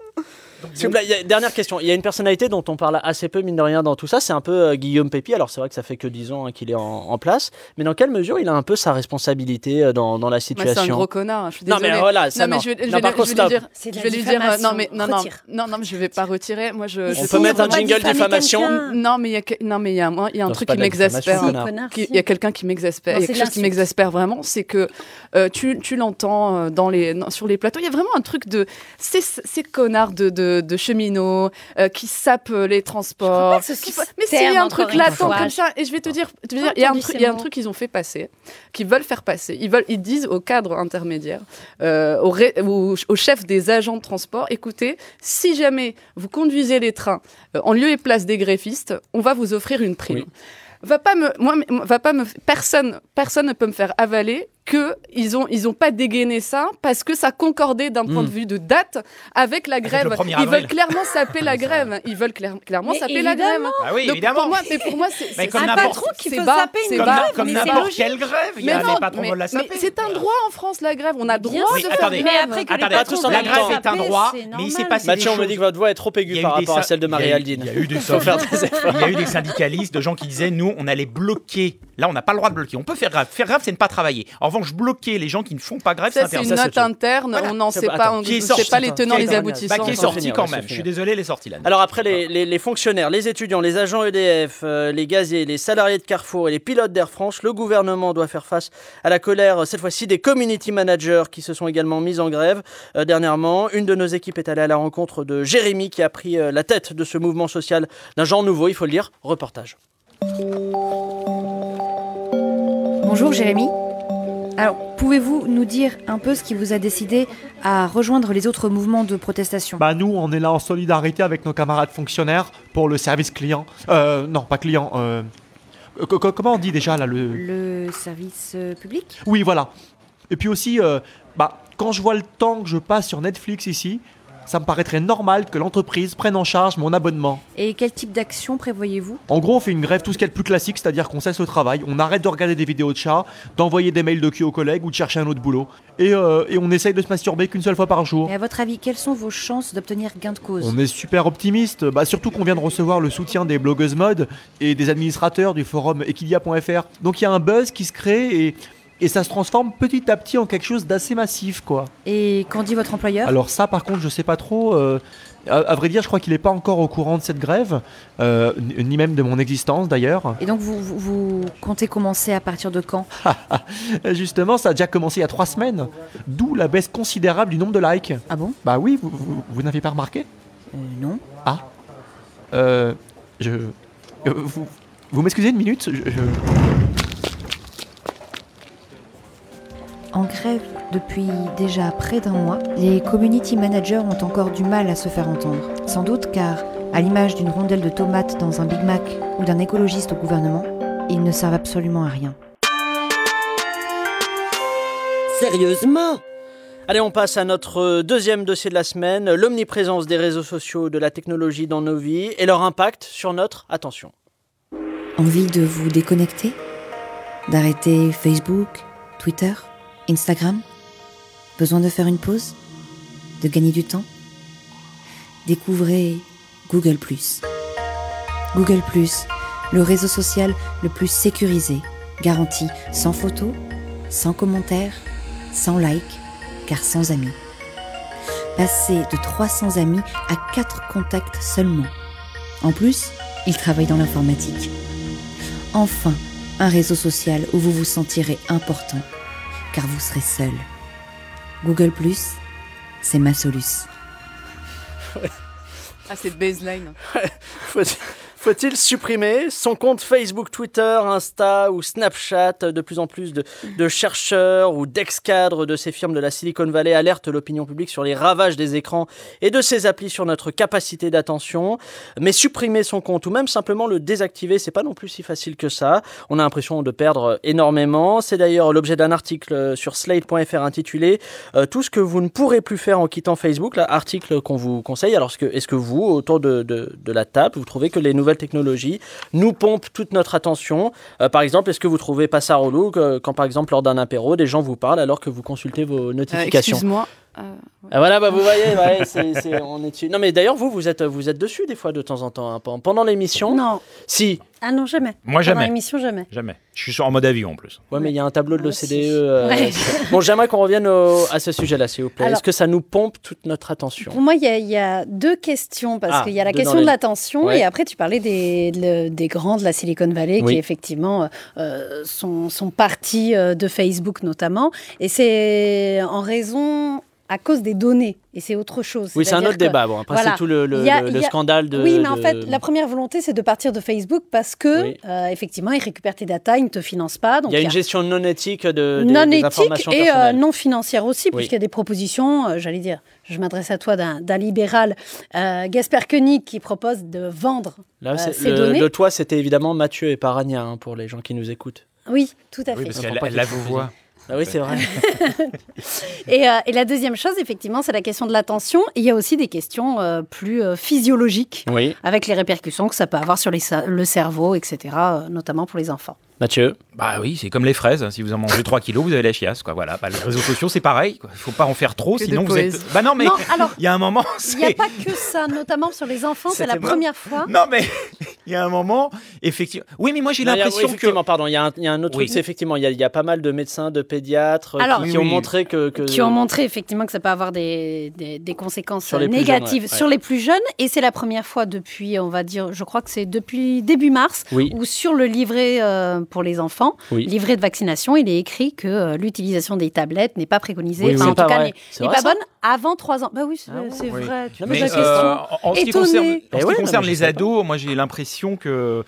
Speaker 7: Donc,
Speaker 1: S'il vous plaît, il y a- dernière question. Il y a une personnalité dont on parle assez peu, mine de rien, dans tout ça. C'est un peu euh, Guillaume Pépi. Alors, c'est vrai que ça fait que 10 ans hein, qu'il est en, en place. Mais dans quelle mesure il a un peu sa responsabilité euh, dans, dans la
Speaker 3: Bah, C'est un
Speaker 1: situation
Speaker 3: gros connard, hein, je suis
Speaker 1: Non,
Speaker 3: désolée.
Speaker 1: mais voilà, Ah, ça,
Speaker 3: non, mais
Speaker 1: non.
Speaker 3: je vais, je
Speaker 1: Non,
Speaker 3: vais
Speaker 1: par
Speaker 3: lui-
Speaker 1: contre,
Speaker 3: je vais lui
Speaker 1: stop.
Speaker 3: dire,
Speaker 4: C'est de
Speaker 3: je
Speaker 4: la
Speaker 3: vais lui dire, euh, non mais non non,
Speaker 4: diffamation.
Speaker 3: non non mais je vais pas retirer. Moi je,
Speaker 1: On
Speaker 3: je-
Speaker 1: peut mettre un
Speaker 4: on va
Speaker 1: jingle
Speaker 4: diffamer
Speaker 1: diffamation.
Speaker 4: quelqu'un.
Speaker 3: Non mais il y a que- non mais il y a moi il y a un
Speaker 1: Non, c'est
Speaker 3: truc
Speaker 1: pas
Speaker 3: qui
Speaker 1: de la diffamation,
Speaker 3: m'exaspère.
Speaker 1: connard.
Speaker 4: Si, connard,
Speaker 3: Qui-
Speaker 4: si.
Speaker 3: Il y a quelqu'un qui m'exaspère,
Speaker 4: Non,
Speaker 3: il y a
Speaker 4: c'est
Speaker 3: quelque chose qui
Speaker 4: l'insulte.
Speaker 3: m'exaspère vraiment, c'est que euh, tu, tu l'entends euh, dans les, dans- sur les plateaux, il y a vraiment un truc de ces, ces connards de, de, de cheminots euh, qui sapent euh, les transports.
Speaker 4: pas que ce
Speaker 3: qui
Speaker 4: soit
Speaker 3: fa- Mais
Speaker 4: ce
Speaker 3: c'est
Speaker 4: terme,
Speaker 3: un truc
Speaker 4: encore une
Speaker 3: latent
Speaker 4: fois.
Speaker 3: comme ça, et je vais te dire, te dire, il y a un
Speaker 4: Entendu
Speaker 3: truc,
Speaker 4: ces
Speaker 3: il y a un
Speaker 4: mots.
Speaker 3: truc qu'ils ont fait passer, qu'ils veulent faire passer, ils veulent, ils disent au cadre intermédiaire, euh, au, ré- au- au chef des agents de transport, écoutez, si jamais vous conduisez les trains euh, en lieu et place des gréfistes, on va vous offrir une prime.
Speaker 1: Oui.
Speaker 3: Va pas me, moi, me- va pas me, personne, personne ne peut me faire avaler que ils ont, ils ont pas dégainé ça parce que ça concordait d'un
Speaker 7: Hmm.
Speaker 3: point de vue de date avec la grève.
Speaker 7: le 1er
Speaker 3: ils
Speaker 7: avril.
Speaker 3: veulent clairement
Speaker 7: <laughs>
Speaker 3: saper la grève. Ils veulent clair- clairement
Speaker 4: Mais
Speaker 3: saper la grève.
Speaker 4: évidemment.
Speaker 7: Ah
Speaker 3: Donc,
Speaker 7: oui,
Speaker 3: pour
Speaker 7: évidemment.
Speaker 3: moi, mais pour moi, c'est
Speaker 7: Mais
Speaker 3: c'est-
Speaker 7: comme
Speaker 3: c'est
Speaker 4: Un
Speaker 7: n'importe-
Speaker 4: patron qui
Speaker 3: c'est
Speaker 4: peut
Speaker 3: bas,
Speaker 4: saper
Speaker 3: c'est
Speaker 4: une
Speaker 7: Comme-
Speaker 3: bas.
Speaker 4: grève,
Speaker 7: Comme
Speaker 4: mais c'est
Speaker 7: n'importe
Speaker 4: logique.
Speaker 7: quelle grève, il y
Speaker 3: Mais
Speaker 7: a
Speaker 3: non,
Speaker 7: les patrons
Speaker 3: mais-
Speaker 7: veulent la
Speaker 3: mais
Speaker 7: saper.
Speaker 3: c'est un droit en France la grève. On a droit
Speaker 4: sûr.
Speaker 3: de faire
Speaker 7: attendez.
Speaker 3: grève.
Speaker 4: Mais après que
Speaker 7: Attendez,
Speaker 4: les patrons
Speaker 1: tous en
Speaker 7: la
Speaker 1: même
Speaker 4: veulent
Speaker 1: temps.
Speaker 7: grève est un
Speaker 4: saper,
Speaker 7: droit,
Speaker 4: c'est
Speaker 7: mais il s'est
Speaker 4: normal.
Speaker 7: passé des
Speaker 1: Mathieu, on me
Speaker 7: choses.
Speaker 1: dit que votre voix est trop
Speaker 7: Il y
Speaker 1: aiguë
Speaker 7: a
Speaker 1: par
Speaker 7: eu des
Speaker 1: rapport à
Speaker 7: sa-
Speaker 1: celle de
Speaker 7: il y a eu-
Speaker 1: Marie-Aldine.
Speaker 7: Il y a eu
Speaker 1: <laughs>
Speaker 7: des
Speaker 1: Faut faire des efforts.
Speaker 7: Il y a eu des syndicalistes, de gens qui disaient nous, on allait bloquer. Là, on n'a pas le droit de bloquer. On peut faire grève. Faire grève, c'est ne pas travailler. En revanche, bloquer les gens qui ne font pas grève, c'est
Speaker 3: Ça, c'est
Speaker 7: interdit.
Speaker 3: une
Speaker 1: Ça, c'est
Speaker 3: note
Speaker 1: tout.
Speaker 3: interne.
Speaker 7: Voilà.
Speaker 3: On n'en
Speaker 1: Ça
Speaker 3: sait
Speaker 1: va,
Speaker 3: pas.
Speaker 1: attends.
Speaker 3: on
Speaker 7: Qui est
Speaker 3: ne sait
Speaker 7: sorti,
Speaker 3: pas les tenants,
Speaker 1: qui est
Speaker 3: les
Speaker 1: sorti.
Speaker 3: aboutissants.
Speaker 7: Bah, qui est
Speaker 1: Sans
Speaker 7: sorti
Speaker 1: finir,
Speaker 7: quand
Speaker 1: sans
Speaker 7: même. Je suis
Speaker 1: finir.
Speaker 7: désolé, les sorties là.
Speaker 1: Alors après les, les- les fonctionnaires, les étudiants, les agents EDF, euh, les gaziers, les salariés de Carrefour et les pilotes d'Air France, le gouvernement doit faire face à la colère, euh, cette fois-ci, des community managers qui se sont également mis en grève euh, dernièrement. Une de nos équipes est allée à la rencontre de Jérémy qui a pris euh, la tête de ce mouvement social d'un genre nouveau, il faut le dire. Reportage.
Speaker 5: Bonjour Jérémy. Alors, pouvez-vous nous dire un peu ce qui vous a décidé à rejoindre les autres mouvements de protestation
Speaker 8: Bah nous, on est là en solidarité avec nos camarades fonctionnaires pour le service client. Euh, non, pas client. euh, co- co- comment on dit déjà là le
Speaker 5: Le service euh, public
Speaker 8: Oui, voilà. Et puis aussi, euh, bah quand je vois le temps que je passe sur Netflix ici, ça me paraîtrait normal que l'entreprise prenne en charge mon abonnement.
Speaker 5: Et quel type d'action prévoyez-vous
Speaker 8: En gros, on fait une grève tout ce qu'il y a de plus classique, c'est-à-dire qu'on cesse le travail, on arrête de regarder des vidéos de chats, d'envoyer des mails de cul aux collègues ou de chercher un autre boulot. Et, euh, et on essaye de se masturber qu'une seule fois par jour.
Speaker 5: Et à votre avis, quelles sont vos chances d'obtenir gain de cause
Speaker 8: On est super optimiste, bah, surtout qu'on vient de recevoir le soutien des blogueuses mode et des administrateurs du forum equidia.fr. Donc il y a un buzz qui se crée et, et ça se transforme petit à petit en quelque chose d'assez massif quoi.
Speaker 5: Et qu'en dit votre employeur
Speaker 8: Alors ça par contre je sais pas trop, euh, à, à vrai dire je crois qu'il est pas encore au courant de cette grève, euh, ni ni même de mon existence d'ailleurs.
Speaker 5: Et donc, vous, vous- vous comptez commencer à partir de quand
Speaker 8: Euh, Justement ça a déjà commencé il y a trois semaines, d'où la baisse considérable du nombre de likes.
Speaker 5: Ah bon
Speaker 8: Bah oui, vous, vous- vous n'avez pas remarqué
Speaker 5: Euh, Non.
Speaker 8: Euh, je... euh, vous vous m'excusez une minute je- je...
Speaker 5: En grève depuis déjà près d'un mois, les community managers ont encore du mal à se faire entendre. Sans doute car, à l'image d'une rondelle de tomates dans un Big Mac ou d'un écologiste au gouvernement, ils ne servent absolument à rien.
Speaker 9: Sérieusement
Speaker 1: Allez, on passe à notre euh, deuxième dossier de la semaine, l'omniprésence des réseaux sociaux, de la technologie dans nos vies et leur impact sur notre attention.
Speaker 9: Envie de vous déconnecter D'arrêter Facebook,
Speaker 10: Twitter Instagram Besoin de faire une pause De gagner du temps Découvrez Google ⁇ Google ⁇ le réseau social le plus sécurisé, garanti sans photos, sans commentaires, sans like, car sans amis. Passez de 300 amis à 4 contacts seulement. En plus, il travaille dans l'informatique. Enfin, un réseau social où vous vous sentirez important, car vous serez seul. Google ⁇ c'est ma soluce.
Speaker 3: Ah, c'est baseline.
Speaker 1: Faut- <laughs> Faut-il supprimer son compte Facebook, Twitter, Insta ou Snapchat De plus en plus de, de chercheurs ou d'ex-cadres de ces firmes de la Silicon Valley alertent l'opinion publique sur les ravages des écrans et de ces applis sur notre capacité d'attention. Mais supprimer son compte ou même simplement le désactiver, c'est pas non plus si facile que ça. On a l'impression de perdre énormément. C'est d'ailleurs l'objet d'un article sur slate.fr intitulé euh, Tout ce que vous ne pourrez plus faire en quittant Facebook, là, article qu'on vous conseille. Alors, est-ce que, est-ce que vous, autour de, de- de la table, vous trouvez que les nouvelles technologies nous pompent toute notre attention Euh, Par exemple, est-ce que vous trouvez pas ça relou que- quand, par exemple, lors d'un apéro, des gens vous parlent alors que vous consultez vos
Speaker 3: Euh,
Speaker 1: notifications
Speaker 3: Excuse-moi.
Speaker 1: Ah, voilà, bah, vous voyez, ouais, c'est- c'est- on est dessus. Non, mais d'ailleurs, vous, vous êtes, vous êtes dessus des fois de temps en temps. hein, pen- Pendant l'émission
Speaker 4: Non.
Speaker 1: Si.
Speaker 4: Ah non, jamais. Pendant
Speaker 7: Moi, jamais.
Speaker 4: l'émission, jamais. Ah,
Speaker 7: Jamais. Je suis sur- en mode avion en plus.
Speaker 1: Ouais, mais il y a un tableau de l'OCDE. euh,
Speaker 4: Ouais.
Speaker 1: Bon, j'aimerais qu'on revienne au- à ce sujet-là, s'il vous plaît.
Speaker 4: Alors-
Speaker 1: Est-ce que ça nous pompe toute notre attention
Speaker 4: Pour moi, il y, a- il y a deux questions, parce
Speaker 1: Ah,
Speaker 4: qu'il y a la
Speaker 1: deux dans
Speaker 4: question de
Speaker 1: les-
Speaker 4: l'attention,
Speaker 1: Ouais.
Speaker 4: et après, tu parlais des, le- des grands de la Silicon Valley,
Speaker 1: Oui.
Speaker 4: qui effectivement euh, sont, sont partis euh, de Facebook notamment, et c'est en raison à cause des données, et c'est autre chose.
Speaker 1: Oui, c'est un
Speaker 4: C'est-à-dire
Speaker 1: autre
Speaker 4: que-
Speaker 1: débat. Bon, après,
Speaker 4: voilà.
Speaker 1: c'est tout le, le-
Speaker 4: Il y a-
Speaker 1: le-
Speaker 4: il
Speaker 1: le
Speaker 4: y a-
Speaker 1: scandale de.
Speaker 4: Oui, mais en
Speaker 1: de-
Speaker 4: fait, la première volonté, c'est de partir de Facebook parce que,
Speaker 1: Oui.
Speaker 4: euh, effectivement, ils récupèrent tes datas, ils ne te financent pas. Donc
Speaker 1: Il y a une gestion non éthique de, des-
Speaker 4: non
Speaker 1: des
Speaker 4: éthique
Speaker 1: informations
Speaker 4: et euh,
Speaker 1: personnelles.
Speaker 4: non financière aussi,
Speaker 1: Oui.
Speaker 4: puisqu'il y a des propositions, euh, j'allais dire, je m'adresse à toi d'un d'un libéral, euh, Gasper Koenig, qui propose de vendre
Speaker 1: Là,
Speaker 4: euh,
Speaker 1: c'est-
Speaker 4: ces
Speaker 1: le,
Speaker 4: données.
Speaker 1: le toit, c'était évidemment Mathieu et Paragna, hein, pour les gens qui nous écoutent.
Speaker 4: Oui, tout à fait.
Speaker 7: Oui, parce
Speaker 1: Pour
Speaker 7: qu'elle
Speaker 1: pas
Speaker 7: elle la
Speaker 1: qu'ils se
Speaker 7: vous
Speaker 1: confusent.
Speaker 7: voit.
Speaker 1: Ah oui, c'est vrai.
Speaker 4: Et, euh, et la deuxième chose, effectivement, c'est la question de l'attention. Il y a aussi des questions euh, plus euh, physiologiques,
Speaker 1: Oui.
Speaker 4: avec les répercussions que ça peut avoir sur les cer- le cerveau, etc., euh, notamment pour les enfants.
Speaker 1: Mathieu
Speaker 7: Bah oui, c'est comme les fraises. Si vous en mangez 3 kilos, vous avez la chiasse. Quoi. Voilà. Bah, les réseaux sociaux, c'est pareil. Il faut pas en faire trop,
Speaker 4: Que de
Speaker 7: sinon vous êtes.
Speaker 4: poésie.
Speaker 7: Bah non, mais
Speaker 4: Non, alors,
Speaker 7: il y a un moment.
Speaker 4: Il n'y a
Speaker 7: c'est-
Speaker 4: pas que ça, notamment sur les enfants, c'est la
Speaker 7: C'était moi.
Speaker 4: première fois.
Speaker 7: <laughs> Non, mais <laughs> il y a un moment, effectivement. Oui, mais moi j'ai
Speaker 1: Non, il y a-
Speaker 7: l'impression
Speaker 1: oui,
Speaker 7: que.
Speaker 1: effectivement, pardon, il y, a un- il y a un autre
Speaker 7: Oui.
Speaker 1: truc, c'est effectivement, il y, a, il y a pas mal de médecins, de pédiatres euh,
Speaker 4: Alors-
Speaker 1: qui,
Speaker 4: Oui,
Speaker 1: qui ont
Speaker 4: oui.
Speaker 1: montré que. que-
Speaker 4: qui ont montré effectivement que ça peut avoir des, des- des conséquences
Speaker 1: Sur les plus
Speaker 4: négatives
Speaker 1: jeunes, ouais,
Speaker 4: sur
Speaker 1: ouais.
Speaker 4: les plus jeunes. Et c'est la première fois depuis, on va dire, je crois que c'est depuis début mars,
Speaker 1: Oui.
Speaker 4: où sur le livret euh, pour les enfants,
Speaker 1: Oui.
Speaker 4: livret de vaccination, il est écrit que euh, l'utilisation des tablettes n'est pas préconisée,
Speaker 1: Oui, oui.
Speaker 4: Enfin,
Speaker 1: C'est
Speaker 4: en
Speaker 1: pas
Speaker 4: tout cas
Speaker 1: vrai.
Speaker 4: n'est
Speaker 1: C'est
Speaker 4: n'est
Speaker 1: vrai,
Speaker 4: pas
Speaker 1: ça
Speaker 4: bonne avant 3 ans. Bah oui,
Speaker 7: Ah
Speaker 4: c'est c'est
Speaker 1: Oui.
Speaker 4: vrai.
Speaker 1: Non,
Speaker 4: Tu
Speaker 1: mais
Speaker 4: poses la
Speaker 1: je-
Speaker 4: question.
Speaker 7: Euh, en, en ce qui concerne,
Speaker 4: Étonnée.
Speaker 7: en ce qui
Speaker 1: Eh ouais, non,
Speaker 7: concerne
Speaker 1: mais je
Speaker 7: les
Speaker 1: sais
Speaker 7: ados, moi j'ai l'impression que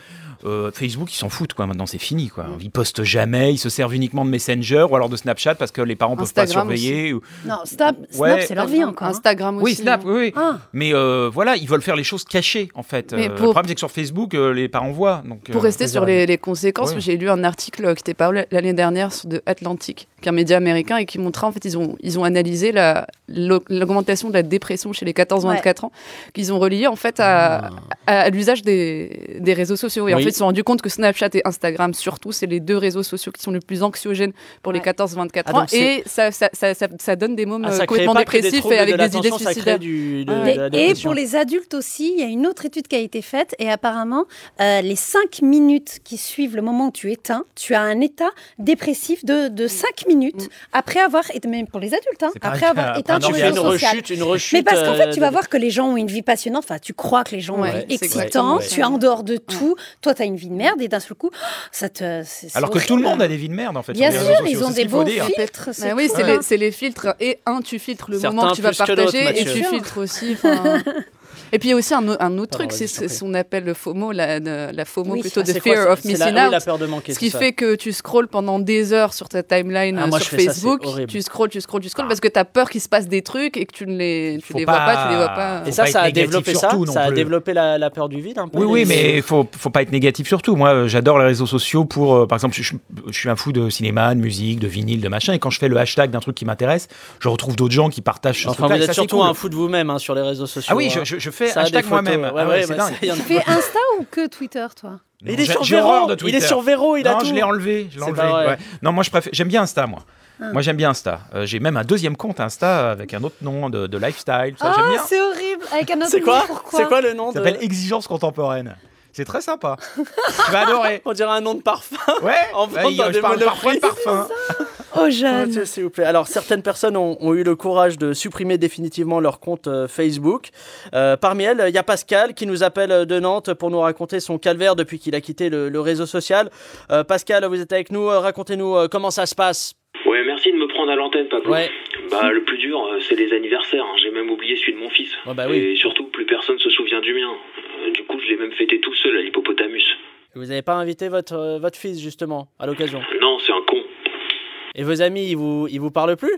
Speaker 7: euh, Facebook ils s'en foutent quoi. Maintenant c'est fini quoi. Ils postent jamais, ils se servent uniquement de Messenger ou alors de Snapchat parce que les parents peuvent pas
Speaker 3: Instagram
Speaker 7: surveiller. ou-
Speaker 4: Non, Snap, Snap,
Speaker 7: Ouais. euh,
Speaker 4: c'est leur vie encore. hein.
Speaker 3: Instagram aussi.
Speaker 7: Oui Snap, oui. oui.
Speaker 4: Ah.
Speaker 7: Mais euh, voilà, ils veulent faire les choses cachées en fait.
Speaker 3: Mais
Speaker 7: Euh,
Speaker 3: pour-
Speaker 7: Le problème c'est que sur Facebook euh, les parents voient. Donc,
Speaker 3: Pour
Speaker 7: euh,
Speaker 3: rester sur les, les conséquences,
Speaker 7: Ouais.
Speaker 3: j'ai lu un article euh, qui était paru l'année dernière sur- de Atlantic, qui est un média américain, et qui montrait, en fait, ils ont, ils ont analysé la- l'au- l'augmentation de la dépression chez les 14-24 ans, qu'ils ont relié, en fait, à, à- à l'usage des, des réseaux sociaux. Et en
Speaker 1: Ah. Oui.
Speaker 3: fait, ils se sont rendus compte que Snapchat et Instagram, surtout, c'est les deux réseaux sociaux qui sont les plus anxiogènes pour les 14-24
Speaker 1: Ah,
Speaker 3: ans.
Speaker 1: donc c'est-
Speaker 3: Et ça, ça, ça, ça- ça donne des mômes
Speaker 1: Ah,
Speaker 3: euh,
Speaker 1: ça crée
Speaker 3: complètement
Speaker 1: pas que des
Speaker 3: dépressifs
Speaker 1: troubles
Speaker 3: et
Speaker 1: de
Speaker 3: avec des
Speaker 1: l'attention,
Speaker 3: idées
Speaker 1: ça crée
Speaker 3: suicidaires.
Speaker 1: du- de-
Speaker 3: Ah
Speaker 1: de
Speaker 3: ouais.
Speaker 1: la
Speaker 4: Et
Speaker 1: dépression.
Speaker 4: pour les adultes aussi, il y a une autre étude qui a été faite et apparemment, euh, les 5 minutes qui suivent le moment où tu éteins, tu as un état dépressif de,
Speaker 3: Mm.
Speaker 4: de 5 minutes après avoir, et même pour les adultes, hein,
Speaker 7: C'est pareil
Speaker 4: après avoir
Speaker 7: qu'à-
Speaker 4: éteint
Speaker 7: après
Speaker 4: ton
Speaker 1: Donc, il y a une
Speaker 4: réseau social.
Speaker 1: rechute, une rechute.
Speaker 4: Mais parce qu'en fait, tu
Speaker 1: euh,
Speaker 4: vas voir que les gens ont une vie passionnante. Enfin, tu crois que les gens ont
Speaker 3: Ouais,
Speaker 4: une vie
Speaker 3: c'est
Speaker 4: excitante.
Speaker 3: exactement
Speaker 4: Tu
Speaker 3: ça.
Speaker 4: es en dehors de tout. Toi, tu as une vie de merde. Et d'un seul coup, <gasps> ça te. c'est- c'est
Speaker 7: Alors que tout le
Speaker 4: horrible.
Speaker 7: monde a des vies de merde en fait.
Speaker 4: Bien
Speaker 7: sur les
Speaker 4: sûr,
Speaker 7: réseaux
Speaker 4: ils
Speaker 7: sociaux,
Speaker 4: ont
Speaker 7: c'est ce
Speaker 4: des
Speaker 7: qu'il faut
Speaker 4: beaux
Speaker 7: dire.
Speaker 4: filtres.
Speaker 3: Bah oui, c'est
Speaker 4: tout.
Speaker 3: les- c'est les, filtres. Et un, tu filtres le
Speaker 1: Certains
Speaker 3: moment que tu vas
Speaker 1: plus que d'autres,
Speaker 3: partager et
Speaker 1: Mathieu.
Speaker 3: tu
Speaker 4: Sûr.
Speaker 3: filtres aussi.
Speaker 4: <laughs>
Speaker 3: enfin. et puis il y a aussi un, o- un autre
Speaker 1: Pardon,
Speaker 3: truc,
Speaker 1: vas-y,
Speaker 3: c'est
Speaker 1: je t'en
Speaker 3: ce
Speaker 1: prie.
Speaker 3: qu'on appelle le FOMO, la, la- la FOMO
Speaker 4: Oui.
Speaker 3: plutôt
Speaker 4: Ah,
Speaker 3: de
Speaker 1: c'est quoi,
Speaker 3: Fear
Speaker 1: c'est-
Speaker 3: of
Speaker 1: c'est la-
Speaker 3: Missing
Speaker 1: oui,
Speaker 3: Out.
Speaker 1: la peur de manquer,
Speaker 3: ce qui
Speaker 1: c'est ça.
Speaker 3: fait que tu scrolles pendant des heures sur ta timeline
Speaker 1: Ah,
Speaker 3: euh,
Speaker 1: moi,
Speaker 3: sur
Speaker 1: je fais ça, c'est
Speaker 3: Facebook,
Speaker 1: horrible. Ah.
Speaker 3: tu scrolles, tu scrolles, tu scrolles parce que tu as peur qu'il se passe des trucs et que tu ne les, tu
Speaker 7: Faut
Speaker 3: les vois pas, tu les vois
Speaker 7: pas-
Speaker 3: pas.
Speaker 1: Et
Speaker 7: Faut
Speaker 1: ça,
Speaker 7: être
Speaker 1: ça a
Speaker 7: négatif
Speaker 1: développé ça
Speaker 7: surtout non
Speaker 1: Ça a
Speaker 7: plus.
Speaker 1: développé la, la peur du vide un peu
Speaker 7: Oui, oui,
Speaker 1: les-
Speaker 7: mais il faut, faut pas être négatif surtout. Moi, euh, j'adore les réseaux sociaux pour, euh, par exemple, je, je- je suis un fou de cinéma, de musique, de vinyle, de machin, et quand je fais le hashtag d'un truc qui m'intéresse, je retrouve d'autres gens qui partagent ce
Speaker 1: Enfin, vous
Speaker 7: truc-là, et
Speaker 1: êtes
Speaker 7: ça, c'est
Speaker 1: surtout
Speaker 7: cool.
Speaker 1: un fou de vous-même hein, sur les réseaux sociaux.
Speaker 7: Ah oui,
Speaker 1: hein.
Speaker 7: je, je- je fais
Speaker 1: Ça a des
Speaker 7: hashtag
Speaker 1: photos,
Speaker 7: moi-même.
Speaker 1: ouais,
Speaker 7: Ah ouais,
Speaker 1: ouais,
Speaker 7: c'est
Speaker 1: bah,
Speaker 7: dingue.
Speaker 1: ça, il y en a
Speaker 4: Tu fais Insta que Twitter, toi
Speaker 7: Non,
Speaker 1: Il est
Speaker 7: j'ai-
Speaker 1: sur
Speaker 7: j'ai
Speaker 1: Véro,
Speaker 7: horreur de
Speaker 1: il
Speaker 7: Twitter.
Speaker 1: est sur Véro, il a
Speaker 7: Non,
Speaker 1: tout.
Speaker 7: je l'ai enlevé. je l'ai
Speaker 1: C'est
Speaker 7: enlevé,
Speaker 1: pas vrai.
Speaker 7: ouais. Non, moi, je préfère. J'aime bien Insta, moi.
Speaker 4: Ah.
Speaker 7: Moi, j'aime bien Insta. Euh, j'ai même un deuxième compte Insta avec un autre nom de, de lifestyle. tout Ça, j'aime
Speaker 4: Ah,
Speaker 7: bien.
Speaker 4: c'est horrible Avec un autre
Speaker 1: C'est quoi
Speaker 4: nom, pourquoi
Speaker 1: C'est quoi le nom
Speaker 7: Ça
Speaker 1: de-
Speaker 7: s'appelle Exigence contemporaine. C'est très sympa. tu vas adorer.
Speaker 1: On dirait un nom de parfum.
Speaker 7: Ouais.
Speaker 1: En
Speaker 7: bah,
Speaker 1: vendant
Speaker 7: il- je
Speaker 1: des
Speaker 7: parle parfois de
Speaker 1: monoprix.
Speaker 7: parfum.
Speaker 4: Oh,
Speaker 1: Ouais,
Speaker 4: jeune
Speaker 1: tiens, S'il vous plaît. Alors, certaines personnes ont, ont eu le courage de supprimer définitivement leur compte euh, Facebook. Euh, parmi elles, il y a Pascal qui nous appelle euh, de Nantes pour nous raconter son calvaire depuis qu'il a quitté le, le réseau social. Euh, Pascal, vous êtes avec nous. euh, Racontez-nous euh, comment ça se passe.
Speaker 11: Ouais, merci de me prendre à l'antenne, papa.
Speaker 1: Ouais.
Speaker 11: Bah, le plus dur, euh, c'est les anniversaires. hein. J'ai même oublié celui de mon fils.
Speaker 1: bah oui.
Speaker 11: Et surtout, plus personne se souvient du mien. Euh, du coup, je l'ai même fêté tout seul à l'hippopotamus.
Speaker 1: Vous n'avez pas invité votre, euh, votre fils, justement, à l'occasion.
Speaker 11: Non, c'est un con.
Speaker 1: Et vos amis, ils vous, ils vous parlent plus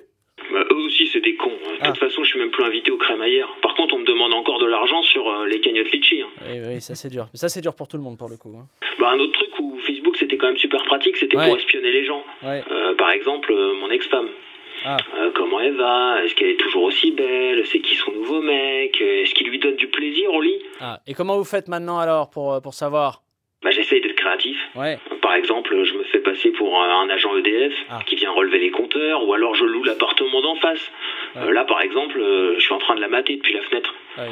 Speaker 11: Bah, eux aussi, c'est des cons. Euh, De
Speaker 1: Ah.
Speaker 11: toute façon, je suis même plus invité au crémaillère. Par contre, on me demande encore de l'argent sur euh, les cagnottes litchi. hein.
Speaker 1: Oui, oui, ça c'est dur. Mais ça c'est dur pour tout le monde, pour le coup. hein.
Speaker 11: Bah, un autre truc où Facebook, c'était quand même super pratique, c'était
Speaker 1: Ouais.
Speaker 11: pour espionner les gens.
Speaker 1: Ouais.
Speaker 11: Euh, par exemple, euh, mon ex-femme.
Speaker 1: Ah.
Speaker 11: Euh, comment elle va Est-ce qu'elle est toujours aussi belle C'est qui son nouveau mec Euh, Est-ce qu'il lui donne du plaisir au lit
Speaker 1: Ah, Et comment vous faites maintenant, alors, pour, euh, pour savoir
Speaker 11: Bah, j'essaye d'être créatif.
Speaker 1: Ouais.
Speaker 11: Par exemple, je me fais passer pour euh, un agent EDF
Speaker 1: Ah.
Speaker 11: qui vient relever les compteurs, ou alors je loue l'appartement d'en face. Euh, là, par exemple, euh, je suis en train de la mater depuis la fenêtre.
Speaker 1: Ouais.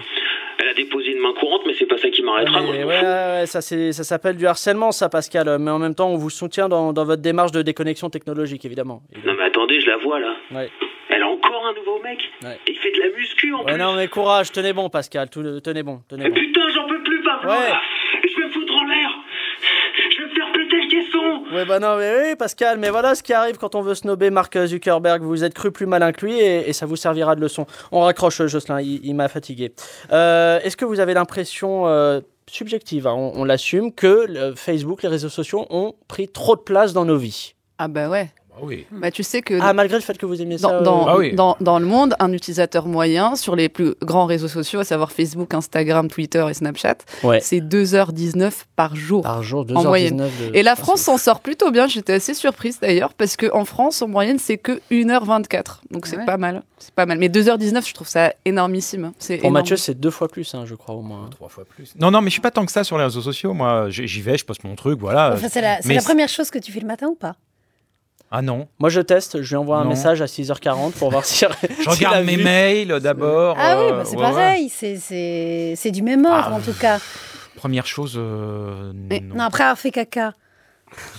Speaker 11: Elle a déposé une main courante, mais c'est pas ça qui m'arrêtera. moi, je
Speaker 1: Mais
Speaker 11: m'en
Speaker 1: ouais,
Speaker 11: fous.
Speaker 1: ouais, ouais, ça, c'est- ça s'appelle du harcèlement, ça, Pascal. Mais en même temps, on vous soutient dans, dans votre démarche de déconnexion technologique, évidemment.
Speaker 11: Non, mais attendez, je la vois là.
Speaker 1: Ouais.
Speaker 11: Elle a encore un nouveau mec.
Speaker 1: Ouais.
Speaker 11: Et il fait de la muscu en
Speaker 1: Ouais,
Speaker 11: plus.
Speaker 1: non, mais courage, tenez bon, Pascal, tout- tenez bon, tenez
Speaker 11: Et
Speaker 1: bon.
Speaker 11: putain, j'en peux plus, papa. Je vais me foutre en l'air. Je vais me faire péter le caisson.
Speaker 1: Ouais, bah non, mais oui, Pascal, mais voilà ce qui arrive quand on veut snobber Mark Zuckerberg. Vous vous êtes cru plus malin que lui et, et ça vous servira de leçon. On raccroche, euh, Jocelyn, il, il m'a fatigué. Euh, Est-ce que vous avez l'impression euh, subjective, hein, on, on l'assume, que le Facebook, les réseaux sociaux ont pris trop de place dans nos vies
Speaker 3: Ah bah ouais.
Speaker 7: oui. Ah
Speaker 3: Bah, tu sais que
Speaker 1: Ah, malgré le fait que vous aimiez
Speaker 3: dans,
Speaker 1: ça. euh,
Speaker 3: dans, dans, dans le monde, un utilisateur moyen sur les plus grands réseaux sociaux, à savoir Facebook, Instagram, Twitter et Snapchat,
Speaker 1: Ouais.
Speaker 3: c'est 2h19 par jour.
Speaker 1: Par jour, 2h19
Speaker 3: en moyenne.
Speaker 1: de-
Speaker 3: Et la France s'en sort plutôt bien. J'étais assez surprise d'ailleurs, parce qu'en France, en moyenne, c'est que 1h24. Donc c'est
Speaker 4: Ouais.
Speaker 3: pas mal. C'est pas mal. Mais 2h19, je trouve ça énormissime. C'est
Speaker 1: Pour
Speaker 3: énorme.
Speaker 1: Mathieu, c'est deux fois plus, hein, je crois, au moins.
Speaker 7: Trois fois plus. Non, non, mais je suis pas tant que ça sur les réseaux sociaux. Moi, J- j'y vais, je poste mon truc, voilà.
Speaker 4: Enfin, c'est la, c'est
Speaker 7: Mais
Speaker 4: la première chose que tu fais le matin ou pas
Speaker 7: Ah non.
Speaker 1: Moi, je teste, je lui envoie un
Speaker 7: Non.
Speaker 1: message à 6h40 pour voir si.
Speaker 7: Je regarde mes mails d'abord.
Speaker 4: Ah oui,
Speaker 7: euh,
Speaker 4: bah, c'est
Speaker 7: ouais, ouais.
Speaker 4: pareil, c'est- c'est c'est du même ordre
Speaker 7: Ah,
Speaker 4: en tout cas.
Speaker 7: Première chose. euh,
Speaker 4: Mais- non. après avoir fait caca.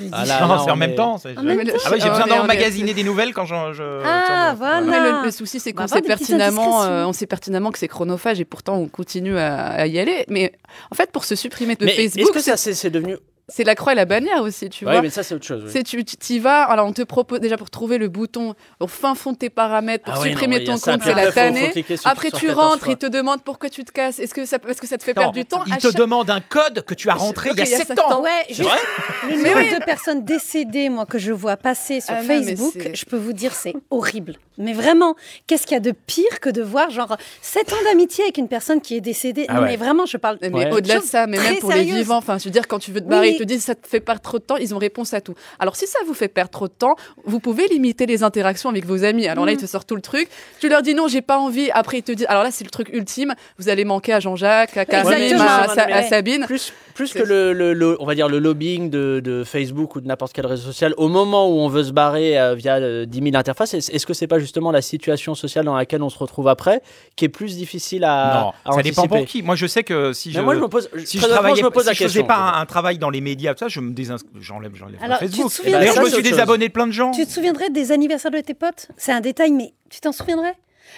Speaker 4: Je dis-
Speaker 7: Ah là, non, c'est en même temps. c'est-
Speaker 4: En même temps.
Speaker 7: Ah oui, j'ai
Speaker 3: Ah,
Speaker 7: besoin
Speaker 3: mais on est-
Speaker 7: d'emmagasiner des nouvelles quand j'en- je.
Speaker 4: Ah, voilà.
Speaker 3: Mais le, le souci, c'est
Speaker 4: On va
Speaker 3: qu'on
Speaker 4: avoir
Speaker 3: sait
Speaker 4: des petites
Speaker 3: pertinemment,
Speaker 4: indiscrétions.
Speaker 3: euh, on sait pertinemment que c'est chronophage et pourtant on continue à, à y aller. Mais en fait, pour se supprimer de
Speaker 1: Mais
Speaker 3: Facebook,
Speaker 1: est-ce que ça,
Speaker 3: c'est-
Speaker 1: c'est c'est devenu.
Speaker 3: c'est la croix et la bannière aussi, tu
Speaker 1: Oui,
Speaker 3: vois.
Speaker 1: mais ça, c'est autre chose. oui.
Speaker 3: C'est tu tu y vas, alors on te propose déjà pour trouver le bouton au fin fond de tes paramètres pour
Speaker 1: Ah ouais,
Speaker 3: supprimer
Speaker 1: non,
Speaker 3: ton
Speaker 1: il y a ça,
Speaker 3: compte,
Speaker 1: puis
Speaker 3: c'est la
Speaker 1: après, faut- faut
Speaker 3: tannée.
Speaker 1: cliquer sur-
Speaker 3: Après
Speaker 1: sur
Speaker 3: tu
Speaker 1: 14
Speaker 3: rentres,
Speaker 1: fois.
Speaker 3: ils te demandent pourquoi tu te casses. Est-ce que ça parce que ça te fait
Speaker 7: Non,
Speaker 3: perdre du temps
Speaker 7: Il
Speaker 3: à
Speaker 7: te
Speaker 3: chaque-
Speaker 7: demande un code que tu as rentré il y a 7 ans.
Speaker 4: Ouais,
Speaker 7: C'est
Speaker 4: juste
Speaker 7: vrai
Speaker 4: le
Speaker 3: Mais
Speaker 4: nombre
Speaker 3: oui.
Speaker 4: de personnes décédées, moi, que je vois passer sur
Speaker 3: Ah non, mais
Speaker 4: Facebook,
Speaker 3: c'est-
Speaker 4: je peux vous dire, c'est horrible. Mais vraiment, qu'est-ce qu'il y a de pire que de voir, genre, 7 ans d'amitié avec une personne qui est décédée
Speaker 7: Ah
Speaker 4: Non,
Speaker 7: ouais.
Speaker 4: mais vraiment, je parle.
Speaker 3: Mais
Speaker 4: de
Speaker 3: au-delà de
Speaker 4: choses
Speaker 3: ça, mais
Speaker 4: très
Speaker 3: même pour
Speaker 4: sérieuses.
Speaker 3: les vivants, enfin, je veux dire, quand tu veux te
Speaker 4: Oui,
Speaker 3: barrer,
Speaker 4: oui.
Speaker 3: ils te disent ça te fait perdre trop de temps, ils ont réponse à tout. Alors si ça vous fait perdre trop de temps, vous pouvez limiter les interactions avec vos amis. Alors là,
Speaker 4: Mm.
Speaker 3: ils te sortent tout le truc, tu leur dis non, j'ai pas envie. Après, ils te disent, alors là, c'est le truc ultime, vous allez manquer à Jean-Jacques, à Karim,
Speaker 4: Exactement.
Speaker 3: à,
Speaker 4: Ouais,
Speaker 3: Sa-
Speaker 4: mais-
Speaker 3: à Sabine.
Speaker 1: Plus, plus que le, le- le- on va dire le lobbying de, de Facebook ou de n'importe quel réseau social, au moment où on veut se barrer euh, via euh, 10 000 interfaces, est- est-ce que c'est pas justement la situation sociale dans laquelle on se retrouve après qui est plus difficile à,
Speaker 7: Non,
Speaker 1: à
Speaker 7: ça dépend pour
Speaker 1: anticiper
Speaker 7: qui. Moi, je sais que si
Speaker 1: Mais
Speaker 7: je.
Speaker 1: moi, je me pose-
Speaker 7: si
Speaker 1: très honnêtement, je
Speaker 7: travaillais-
Speaker 1: me pose la
Speaker 7: si
Speaker 1: question,
Speaker 7: faisais pas
Speaker 1: en
Speaker 7: un, un travail dans les médias, tout ça, je me désinscris. J'enlève, j'enlève
Speaker 4: Alors, tu
Speaker 7: mon
Speaker 4: te
Speaker 7: Facebook.
Speaker 4: souviens
Speaker 7: D'ailleurs,
Speaker 1: de
Speaker 7: je me
Speaker 1: ça,
Speaker 7: suis
Speaker 1: c'est autre
Speaker 7: désabonné de plein de gens.
Speaker 4: Tu te souviendrais des anniversaires de tes potes C'est un détail, mais tu t'en souviendrais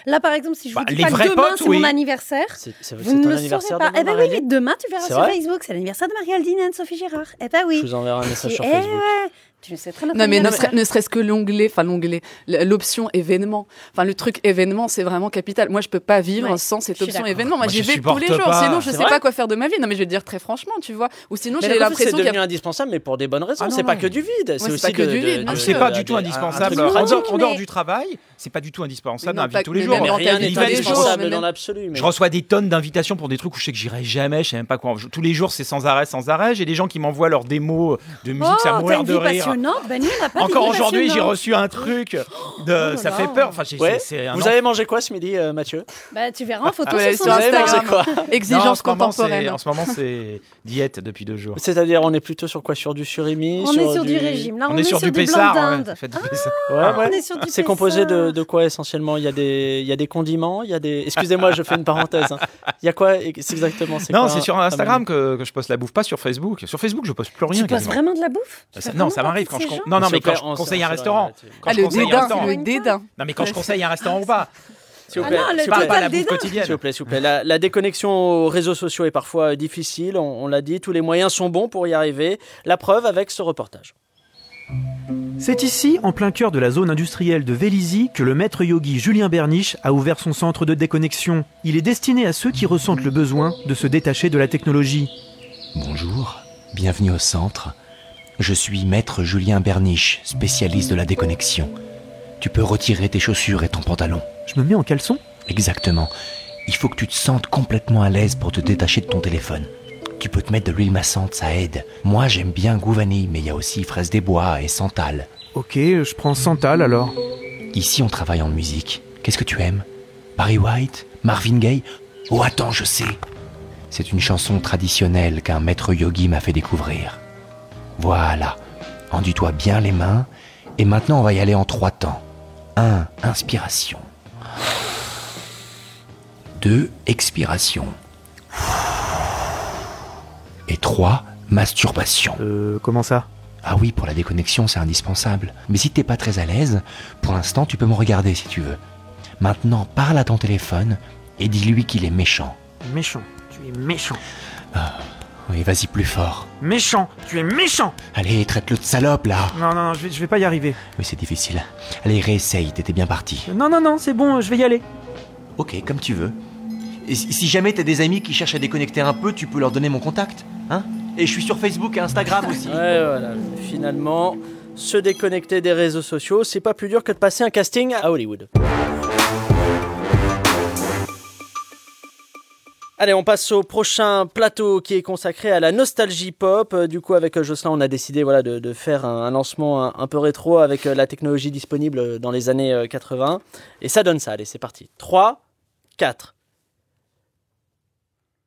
Speaker 4: Là, par exemple, si je vous
Speaker 7: Bah,
Speaker 4: dis
Speaker 7: les
Speaker 4: pas
Speaker 7: vrais
Speaker 4: que demain,
Speaker 7: potes,
Speaker 4: c'est
Speaker 7: oui.
Speaker 4: mon anniversaire.
Speaker 1: C'est c'est-
Speaker 4: Vous
Speaker 1: c'est
Speaker 4: ne
Speaker 1: ton
Speaker 4: le
Speaker 1: anniversaire
Speaker 4: saurez pas.
Speaker 1: demain,
Speaker 4: eh ben oui,
Speaker 1: Marie-Hélène
Speaker 4: mais demain, tu verras
Speaker 1: C'est
Speaker 4: sur
Speaker 1: vrai
Speaker 4: Facebook. C'est l'anniversaire de Marie-Aldine et Anne-Sophie Gérard. Eh ben oui.
Speaker 1: Je vous enverrai un message
Speaker 4: Et
Speaker 1: sur
Speaker 4: eh
Speaker 1: Facebook.
Speaker 4: ouais, tu le sais très bien.
Speaker 3: Non, mais ne, serait- ne serait-ce que l'onglet, enfin l'onglet, l- l'option événement. Enfin, le truc événement, c'est vraiment capital. Moi, je peux pas vivre
Speaker 4: Ouais,
Speaker 3: sans cette
Speaker 4: je suis
Speaker 3: option
Speaker 4: d'accord.
Speaker 3: événement. Moi,
Speaker 7: Moi,
Speaker 3: j'y
Speaker 7: je
Speaker 3: vais tous
Speaker 7: supporte
Speaker 3: les jours.
Speaker 7: pas.
Speaker 3: Sinon, je
Speaker 1: C'est
Speaker 3: sais
Speaker 1: vrai
Speaker 3: pas quoi faire de ma vie. Non, mais je vais le dire très franchement, tu vois. Ou sinon,
Speaker 1: Mais
Speaker 3: j'ai
Speaker 1: la preuve, c'est
Speaker 3: l'impression qu'il y
Speaker 1: devenu
Speaker 3: a.
Speaker 1: indispensable, mais pour des bonnes raisons.
Speaker 7: Ah non,
Speaker 1: c'est pas
Speaker 7: non.
Speaker 1: que du vide.
Speaker 3: c'est
Speaker 1: C'est aussi
Speaker 3: pas que
Speaker 1: de-
Speaker 3: du
Speaker 1: de-
Speaker 3: vide,
Speaker 1: de-
Speaker 3: bien
Speaker 7: Ah,
Speaker 1: de-
Speaker 7: C'est
Speaker 3: sûr.
Speaker 7: pas
Speaker 1: de-
Speaker 7: du tout
Speaker 1: de-
Speaker 7: indispensable.
Speaker 1: un truc
Speaker 7: En
Speaker 1: pratique.
Speaker 7: dehors, en dehors
Speaker 4: mais-
Speaker 7: du travail, c'est pas du tout indispensable
Speaker 3: Mais
Speaker 7: dans la
Speaker 3: non,
Speaker 7: vie de tous les
Speaker 3: pas-
Speaker 7: jours.
Speaker 3: mais- mais
Speaker 1: Mais Rien
Speaker 3: Rentabiliser
Speaker 1: n'est
Speaker 3: les jours,
Speaker 1: indispensable
Speaker 3: mais
Speaker 1: dans
Speaker 3: non.
Speaker 1: l'absolu. mais-
Speaker 7: Je reçois des tonnes d'invitations pour des trucs où je sais que j'irai jamais, je sais même pas quoi. Tous les jours, c'est sans arrêt, sans arrêt. J'ai des gens qui m'envoient leurs démos de musique, ça
Speaker 4: Oh,
Speaker 7: à
Speaker 4: t'as
Speaker 7: mourir
Speaker 4: une
Speaker 7: de
Speaker 4: vie
Speaker 7: rire.
Speaker 4: passionnante. Ben, nous, on n'a pas
Speaker 7: Encore
Speaker 4: d'idée
Speaker 7: aujourd'hui, j'ai
Speaker 4: passionnante.
Speaker 7: reçu un truc
Speaker 3: Oh
Speaker 7: de. ça fait peur. Enfin, j'ai-
Speaker 1: Ouais.
Speaker 7: c'est- c'est un Ah,
Speaker 1: Vous avez mangé quoi ce midi, euh, Mathieu
Speaker 4: Bah, tu
Speaker 3: Ah
Speaker 4: verras en photo
Speaker 7: Ouais,
Speaker 4: sur
Speaker 7: sur
Speaker 4: son
Speaker 7: Instagram.
Speaker 4: Instagram.
Speaker 7: Non, en ce moment, c'est- En ce moment, c'est diète depuis deux jours.
Speaker 1: C'est-à-dire, on est plutôt sur quoi Sur du surimi
Speaker 4: On est sur du régime. Là, on est
Speaker 7: sur
Speaker 4: sur
Speaker 7: du
Speaker 4: du blanc
Speaker 7: Pessard,
Speaker 4: d'Inde.
Speaker 7: ouais. Faites du Pessard.
Speaker 1: Ouais,
Speaker 7: Ah.
Speaker 1: ouais.
Speaker 4: On est sur du
Speaker 1: C'est composé de, de quoi essentiellement Il y a des il y a des condiments, il y a des Excusez-moi, je fais une parenthèse. hein. Il y a quoi ex- exactement
Speaker 7: Non,
Speaker 1: quoi
Speaker 7: c'est sur
Speaker 1: un-
Speaker 7: Instagram que, que je poste la bouffe, pas sur Facebook. Sur Facebook, je poste plus rien.
Speaker 4: Tu passes
Speaker 7: quasiment. Bah,
Speaker 4: vraiment de la bouffe
Speaker 7: Ça- non, ça m'arrive quand je con- non non mais quand je conseille un restaurant. Quand
Speaker 3: Ah,
Speaker 7: je
Speaker 3: le
Speaker 7: conseille un
Speaker 3: dédain,
Speaker 7: restaurant.
Speaker 3: le dédain.
Speaker 7: Non mais quand je conseille un restaurant ou pas.
Speaker 1: S'il vous
Speaker 3: Ah
Speaker 1: plaît,
Speaker 3: non, le
Speaker 1: s'il vous plaît.
Speaker 3: total Pas la bouffe dédain.
Speaker 7: quotidienne.
Speaker 1: S'il vous plaît, s'il vous plaît. La, la déconnexion aux réseaux sociaux est parfois euh, difficile, on, on l'a dit, tous les moyens sont bons pour y arriver. La preuve avec ce reportage.
Speaker 6: C'est ici, en plein cœur de la zone industrielle de Vélizy, que le maître yogi Julien Berniche a ouvert son centre de déconnexion. Il est destiné à ceux qui ressentent le besoin de se détacher de la technologie.
Speaker 12: Bonjour, bienvenue au centre. Je suis maître Julien Berniche, spécialiste de la déconnexion. Tu peux retirer tes chaussures et ton pantalon.
Speaker 6: Je me mets en caleçon
Speaker 12: Exactement. Il faut que tu te sentes complètement à l'aise pour te détacher de ton téléphone. Tu peux te mettre de l'huile maçante, ça aide. Moi j'aime bien goût vanille, mais il y a aussi fraise des bois et santal.
Speaker 6: Ok, je prends Santal alors.
Speaker 12: Ici on travaille en musique. Qu'est-ce que tu aimes Barry White Marvin Gaye Oh attends, je sais. C'est une chanson traditionnelle qu'un maître yogi m'a fait découvrir. Voilà. Enduis-toi bien les mains. Et maintenant, on va y aller en trois temps. 1. Inspiration. 2. Expiration. Et 3. Masturbation.
Speaker 6: Euh, comment ça
Speaker 12: Ah oui, pour la déconnexion, c'est indispensable. Mais si t'es pas très à l'aise, pour l'instant, tu peux me regarder si tu veux. Maintenant, parle à ton téléphone et dis-lui qu'il est méchant.
Speaker 6: Méchant, tu es méchant.
Speaker 12: Oui, vas-y plus fort.
Speaker 6: Méchant, tu es méchant
Speaker 12: Allez, traite-le de salope là.
Speaker 6: Non, non, non, je vais, je vais pas y arriver. Euh,
Speaker 12: Oui, c'est difficile. Allez, réessaye, t'étais bien parti.
Speaker 6: Non, non, non, c'est bon, je vais y aller.
Speaker 12: Ok, comme tu veux. Et si si jamais t'as des amis qui cherchent à déconnecter un peu, tu peux leur donner mon contact, hein Et je suis sur Facebook et Instagram aussi.
Speaker 1: Ouais, voilà. Finalement, se déconnecter des réseaux sociaux, c'est pas plus dur que de passer un casting à Hollywood. Allez, on passe au prochain plateau qui est consacré à la nostalgie pop. Euh, Du coup, avec euh, Jocelyn, on a décidé voilà, de, de faire un, un lancement un, un peu rétro avec euh, la technologie disponible euh, dans les années euh, 80. Et ça donne ça, allez, c'est parti. 3, 4.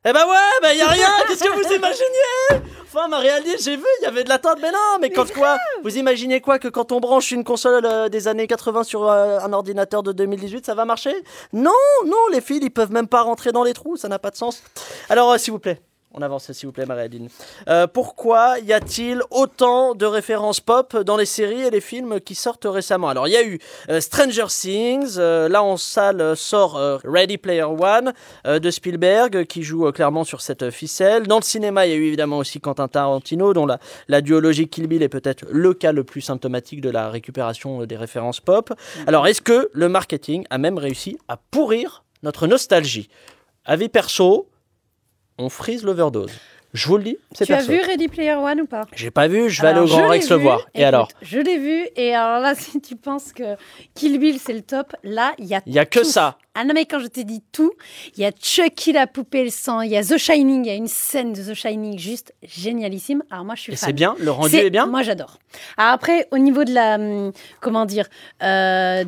Speaker 1: Eh ben ouais, ben y a rien, qu'est-ce que vous imaginez Enfin, Marie-Alice, j'ai vu, il y avait de l'attente, mais non, mais quand quoi Vous imaginez quoi que quand on branche une console euh, des années 80 sur euh, un ordinateur de 2018, ça va marcher Non, non, les fils, ils peuvent même pas rentrer dans les trous, ça n'a pas de sens. Alors, euh, s'il vous plaît, on avance, s'il vous plaît, Marie-Aline. Euh, pourquoi y a-t-il autant de références pop dans les séries et les films qui sortent récemment Alors, il y a eu euh, Stranger Things, euh, là en salle euh, sort euh, Ready Player One euh, de Spielberg, euh, qui joue euh, clairement sur cette euh, ficelle. Dans le cinéma, il y a eu évidemment aussi Quentin Tarantino, dont la, la duologie Kill Bill est peut-être le cas le plus symptomatique de la récupération euh, des références
Speaker 4: Mm.
Speaker 1: pop. Alors, est-ce que le marketing a même réussi à pourrir notre nostalgie Avis perso, on frise l'overdose. Je vous le dis, c'est
Speaker 4: Tu as
Speaker 1: perso.
Speaker 4: vu Ready Player One ou pas
Speaker 1: J'ai pas vu, je vais
Speaker 4: Alors,
Speaker 1: aller au Grand
Speaker 4: je l'ai
Speaker 1: Rex le
Speaker 4: vu,
Speaker 1: voir. Et
Speaker 4: écoute,
Speaker 1: alors
Speaker 4: Je l'ai vu, et alors là, <laughs> si tu penses que Kill Bill, c'est le top, là, il y a
Speaker 1: Il y a que
Speaker 4: tout.
Speaker 1: ça.
Speaker 4: Ah non, mais quand je t'ai dit tout, il y a Chucky la poupée le sang, il y a The Shining, il y a une scène de The Shining juste génialissime. Alors moi, je suis
Speaker 1: Et
Speaker 4: fan.
Speaker 1: c'est bien Le rendu
Speaker 4: C'est-
Speaker 1: est bien
Speaker 4: Moi, j'adore. Alors après, au niveau de la... hum, Comment dire euh,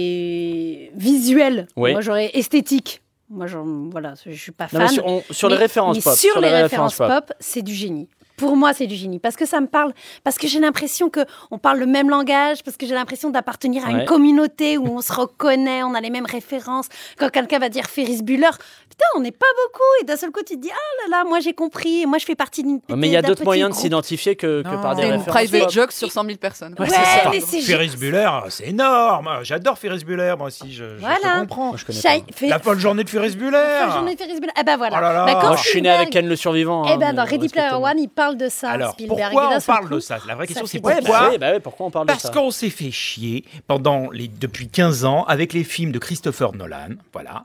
Speaker 4: Des visuels,
Speaker 1: Oui.
Speaker 4: moi, j'aurais esthétique. Moi, j'en- voilà, je suis pas
Speaker 1: Non,
Speaker 4: fan.
Speaker 1: mais sur- on- sur les
Speaker 4: Mais-
Speaker 1: références
Speaker 4: mais
Speaker 1: pop,
Speaker 4: Sur, les, références
Speaker 1: pop.
Speaker 4: pop, c'est du génie. Pour moi, c'est du génie parce que ça me parle, parce que j'ai l'impression que on parle le même langage, parce que j'ai l'impression d'appartenir à
Speaker 1: Ouais.
Speaker 4: une communauté où on se reconnaît, on a les mêmes références. Quand quelqu'un va dire Ferris Bueller, putain, on n'est pas beaucoup et d'un seul coup tu te dis ah là là, moi j'ai compris, et moi je fais partie d'une.
Speaker 1: Mais il y a
Speaker 4: d'un
Speaker 1: d'autres
Speaker 4: petit
Speaker 1: moyens de
Speaker 4: groupe.
Speaker 1: s'identifier que, que par des
Speaker 3: C'est une
Speaker 1: références
Speaker 3: private
Speaker 1: pop.
Speaker 3: joke sur 100 000 personnes.
Speaker 4: Ouais, c'est ça. mais c'est
Speaker 7: Ferris Bueller, c'est énorme. J'adore Ferris Bueller, moi aussi. Je, je- je
Speaker 4: Voilà.
Speaker 7: comprends.
Speaker 4: Shai- Fer-
Speaker 7: La folle journée de Ferris Bueller.
Speaker 4: J'en ai Ferris Bueller. Ah bah voilà.
Speaker 7: Oh là là.
Speaker 4: Bah, quand
Speaker 1: Moi, je suis né
Speaker 4: Spielberg-
Speaker 1: avec Ken le survivant.
Speaker 4: Eh
Speaker 1: hein,
Speaker 4: ben
Speaker 1: mais-
Speaker 4: dans Ready Player One, il parle de ça.
Speaker 7: Alors,
Speaker 4: Spielberg. Et
Speaker 7: pourquoi
Speaker 4: d'un
Speaker 7: on
Speaker 4: seul
Speaker 7: parle
Speaker 4: coup,
Speaker 7: de ça La vraie question,
Speaker 4: fait
Speaker 7: c'est pourquoi
Speaker 4: plaisir.
Speaker 1: Oui, bah oui, pourquoi on parle de
Speaker 7: Parce
Speaker 1: ça
Speaker 7: qu'on s'est fait chier pendant les, depuis 15 ans avec les films de Christopher Nolan,
Speaker 4: <laughs>
Speaker 7: voilà,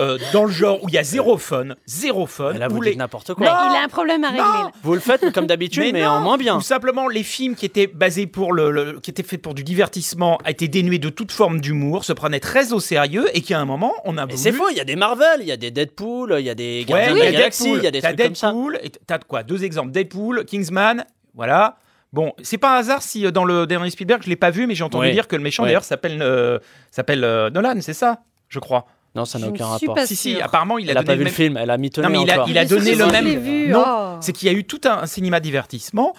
Speaker 7: Euh, dans le genre où il y a zéro fun, zéro fun.
Speaker 1: Là, vous
Speaker 7: où les-
Speaker 1: dites n'importe
Speaker 4: Bah,
Speaker 1: quoi.
Speaker 4: il a un problème à régler. là.
Speaker 1: Vous le faites comme d'habitude, mais, en
Speaker 7: non,
Speaker 1: moins bien.
Speaker 7: Tout simplement, les films qui étaient basés pour le, le- qui étaient faits pour du divertissement, étaient dénués de toute forme d'humour, se prenaient très au sérieux, et qu'à un moment, on a
Speaker 1: Et
Speaker 7: voulu.
Speaker 1: c'est faux, il y a des Marvel, il y a des Deadpool, il y a des
Speaker 7: Bah Ouais,
Speaker 1: Gardiens de
Speaker 7: il y
Speaker 1: la
Speaker 7: a
Speaker 1: Galaxie,
Speaker 7: Deadpool.
Speaker 1: il y a des
Speaker 7: T'as
Speaker 1: trucs comme ça.
Speaker 7: Deadpool, et t'as de quoi Deux exemples Deadpool, Kingsman, voilà. Bon, c'est pas un hasard si euh, dans le dernier Spielberg, je l'ai pas vu, mais j'ai entendu
Speaker 1: Oui.
Speaker 7: dire que le méchant
Speaker 1: Oui.
Speaker 7: d'ailleurs s'appelle euh, s'appelle euh, Nolan, c'est ça, je crois.
Speaker 1: Non, ça n'a
Speaker 7: Je
Speaker 1: aucun
Speaker 7: ne suis
Speaker 1: rapport.
Speaker 7: pas Si, si, sûre. apparemment, il a
Speaker 1: Elle a
Speaker 7: donné
Speaker 1: pas
Speaker 7: le
Speaker 1: vu le
Speaker 7: même-
Speaker 1: film, elle a mitonné
Speaker 7: non mais il a,
Speaker 1: encore.
Speaker 7: il a donné le même. non,
Speaker 1: Non.
Speaker 7: c'est qu'il y a eu tout un, un cinéma divertissement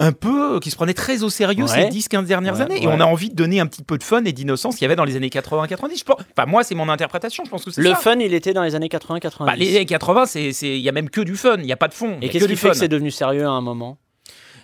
Speaker 7: un peu euh, qui se prenait très au sérieux
Speaker 1: Ouais.
Speaker 7: ces 10-15 dernières
Speaker 1: Ouais,
Speaker 7: années. Et
Speaker 1: ouais.
Speaker 7: on a envie de donner un petit peu de fun et d'innocence qu'il y avait dans les années 80-90. Je pense- Enfin, moi, c'est mon interprétation. Je pense que c'est
Speaker 1: Le
Speaker 7: ça.
Speaker 1: fun, il était dans les années 80-90.
Speaker 7: Bah, les années 80, c'est- c'est- il y a même que du fun, il n'y a pas de fond. il y
Speaker 1: Et
Speaker 7: a
Speaker 1: qu'est-ce
Speaker 7: du
Speaker 1: qui fait
Speaker 7: fun.
Speaker 1: que c'est devenu sérieux à un moment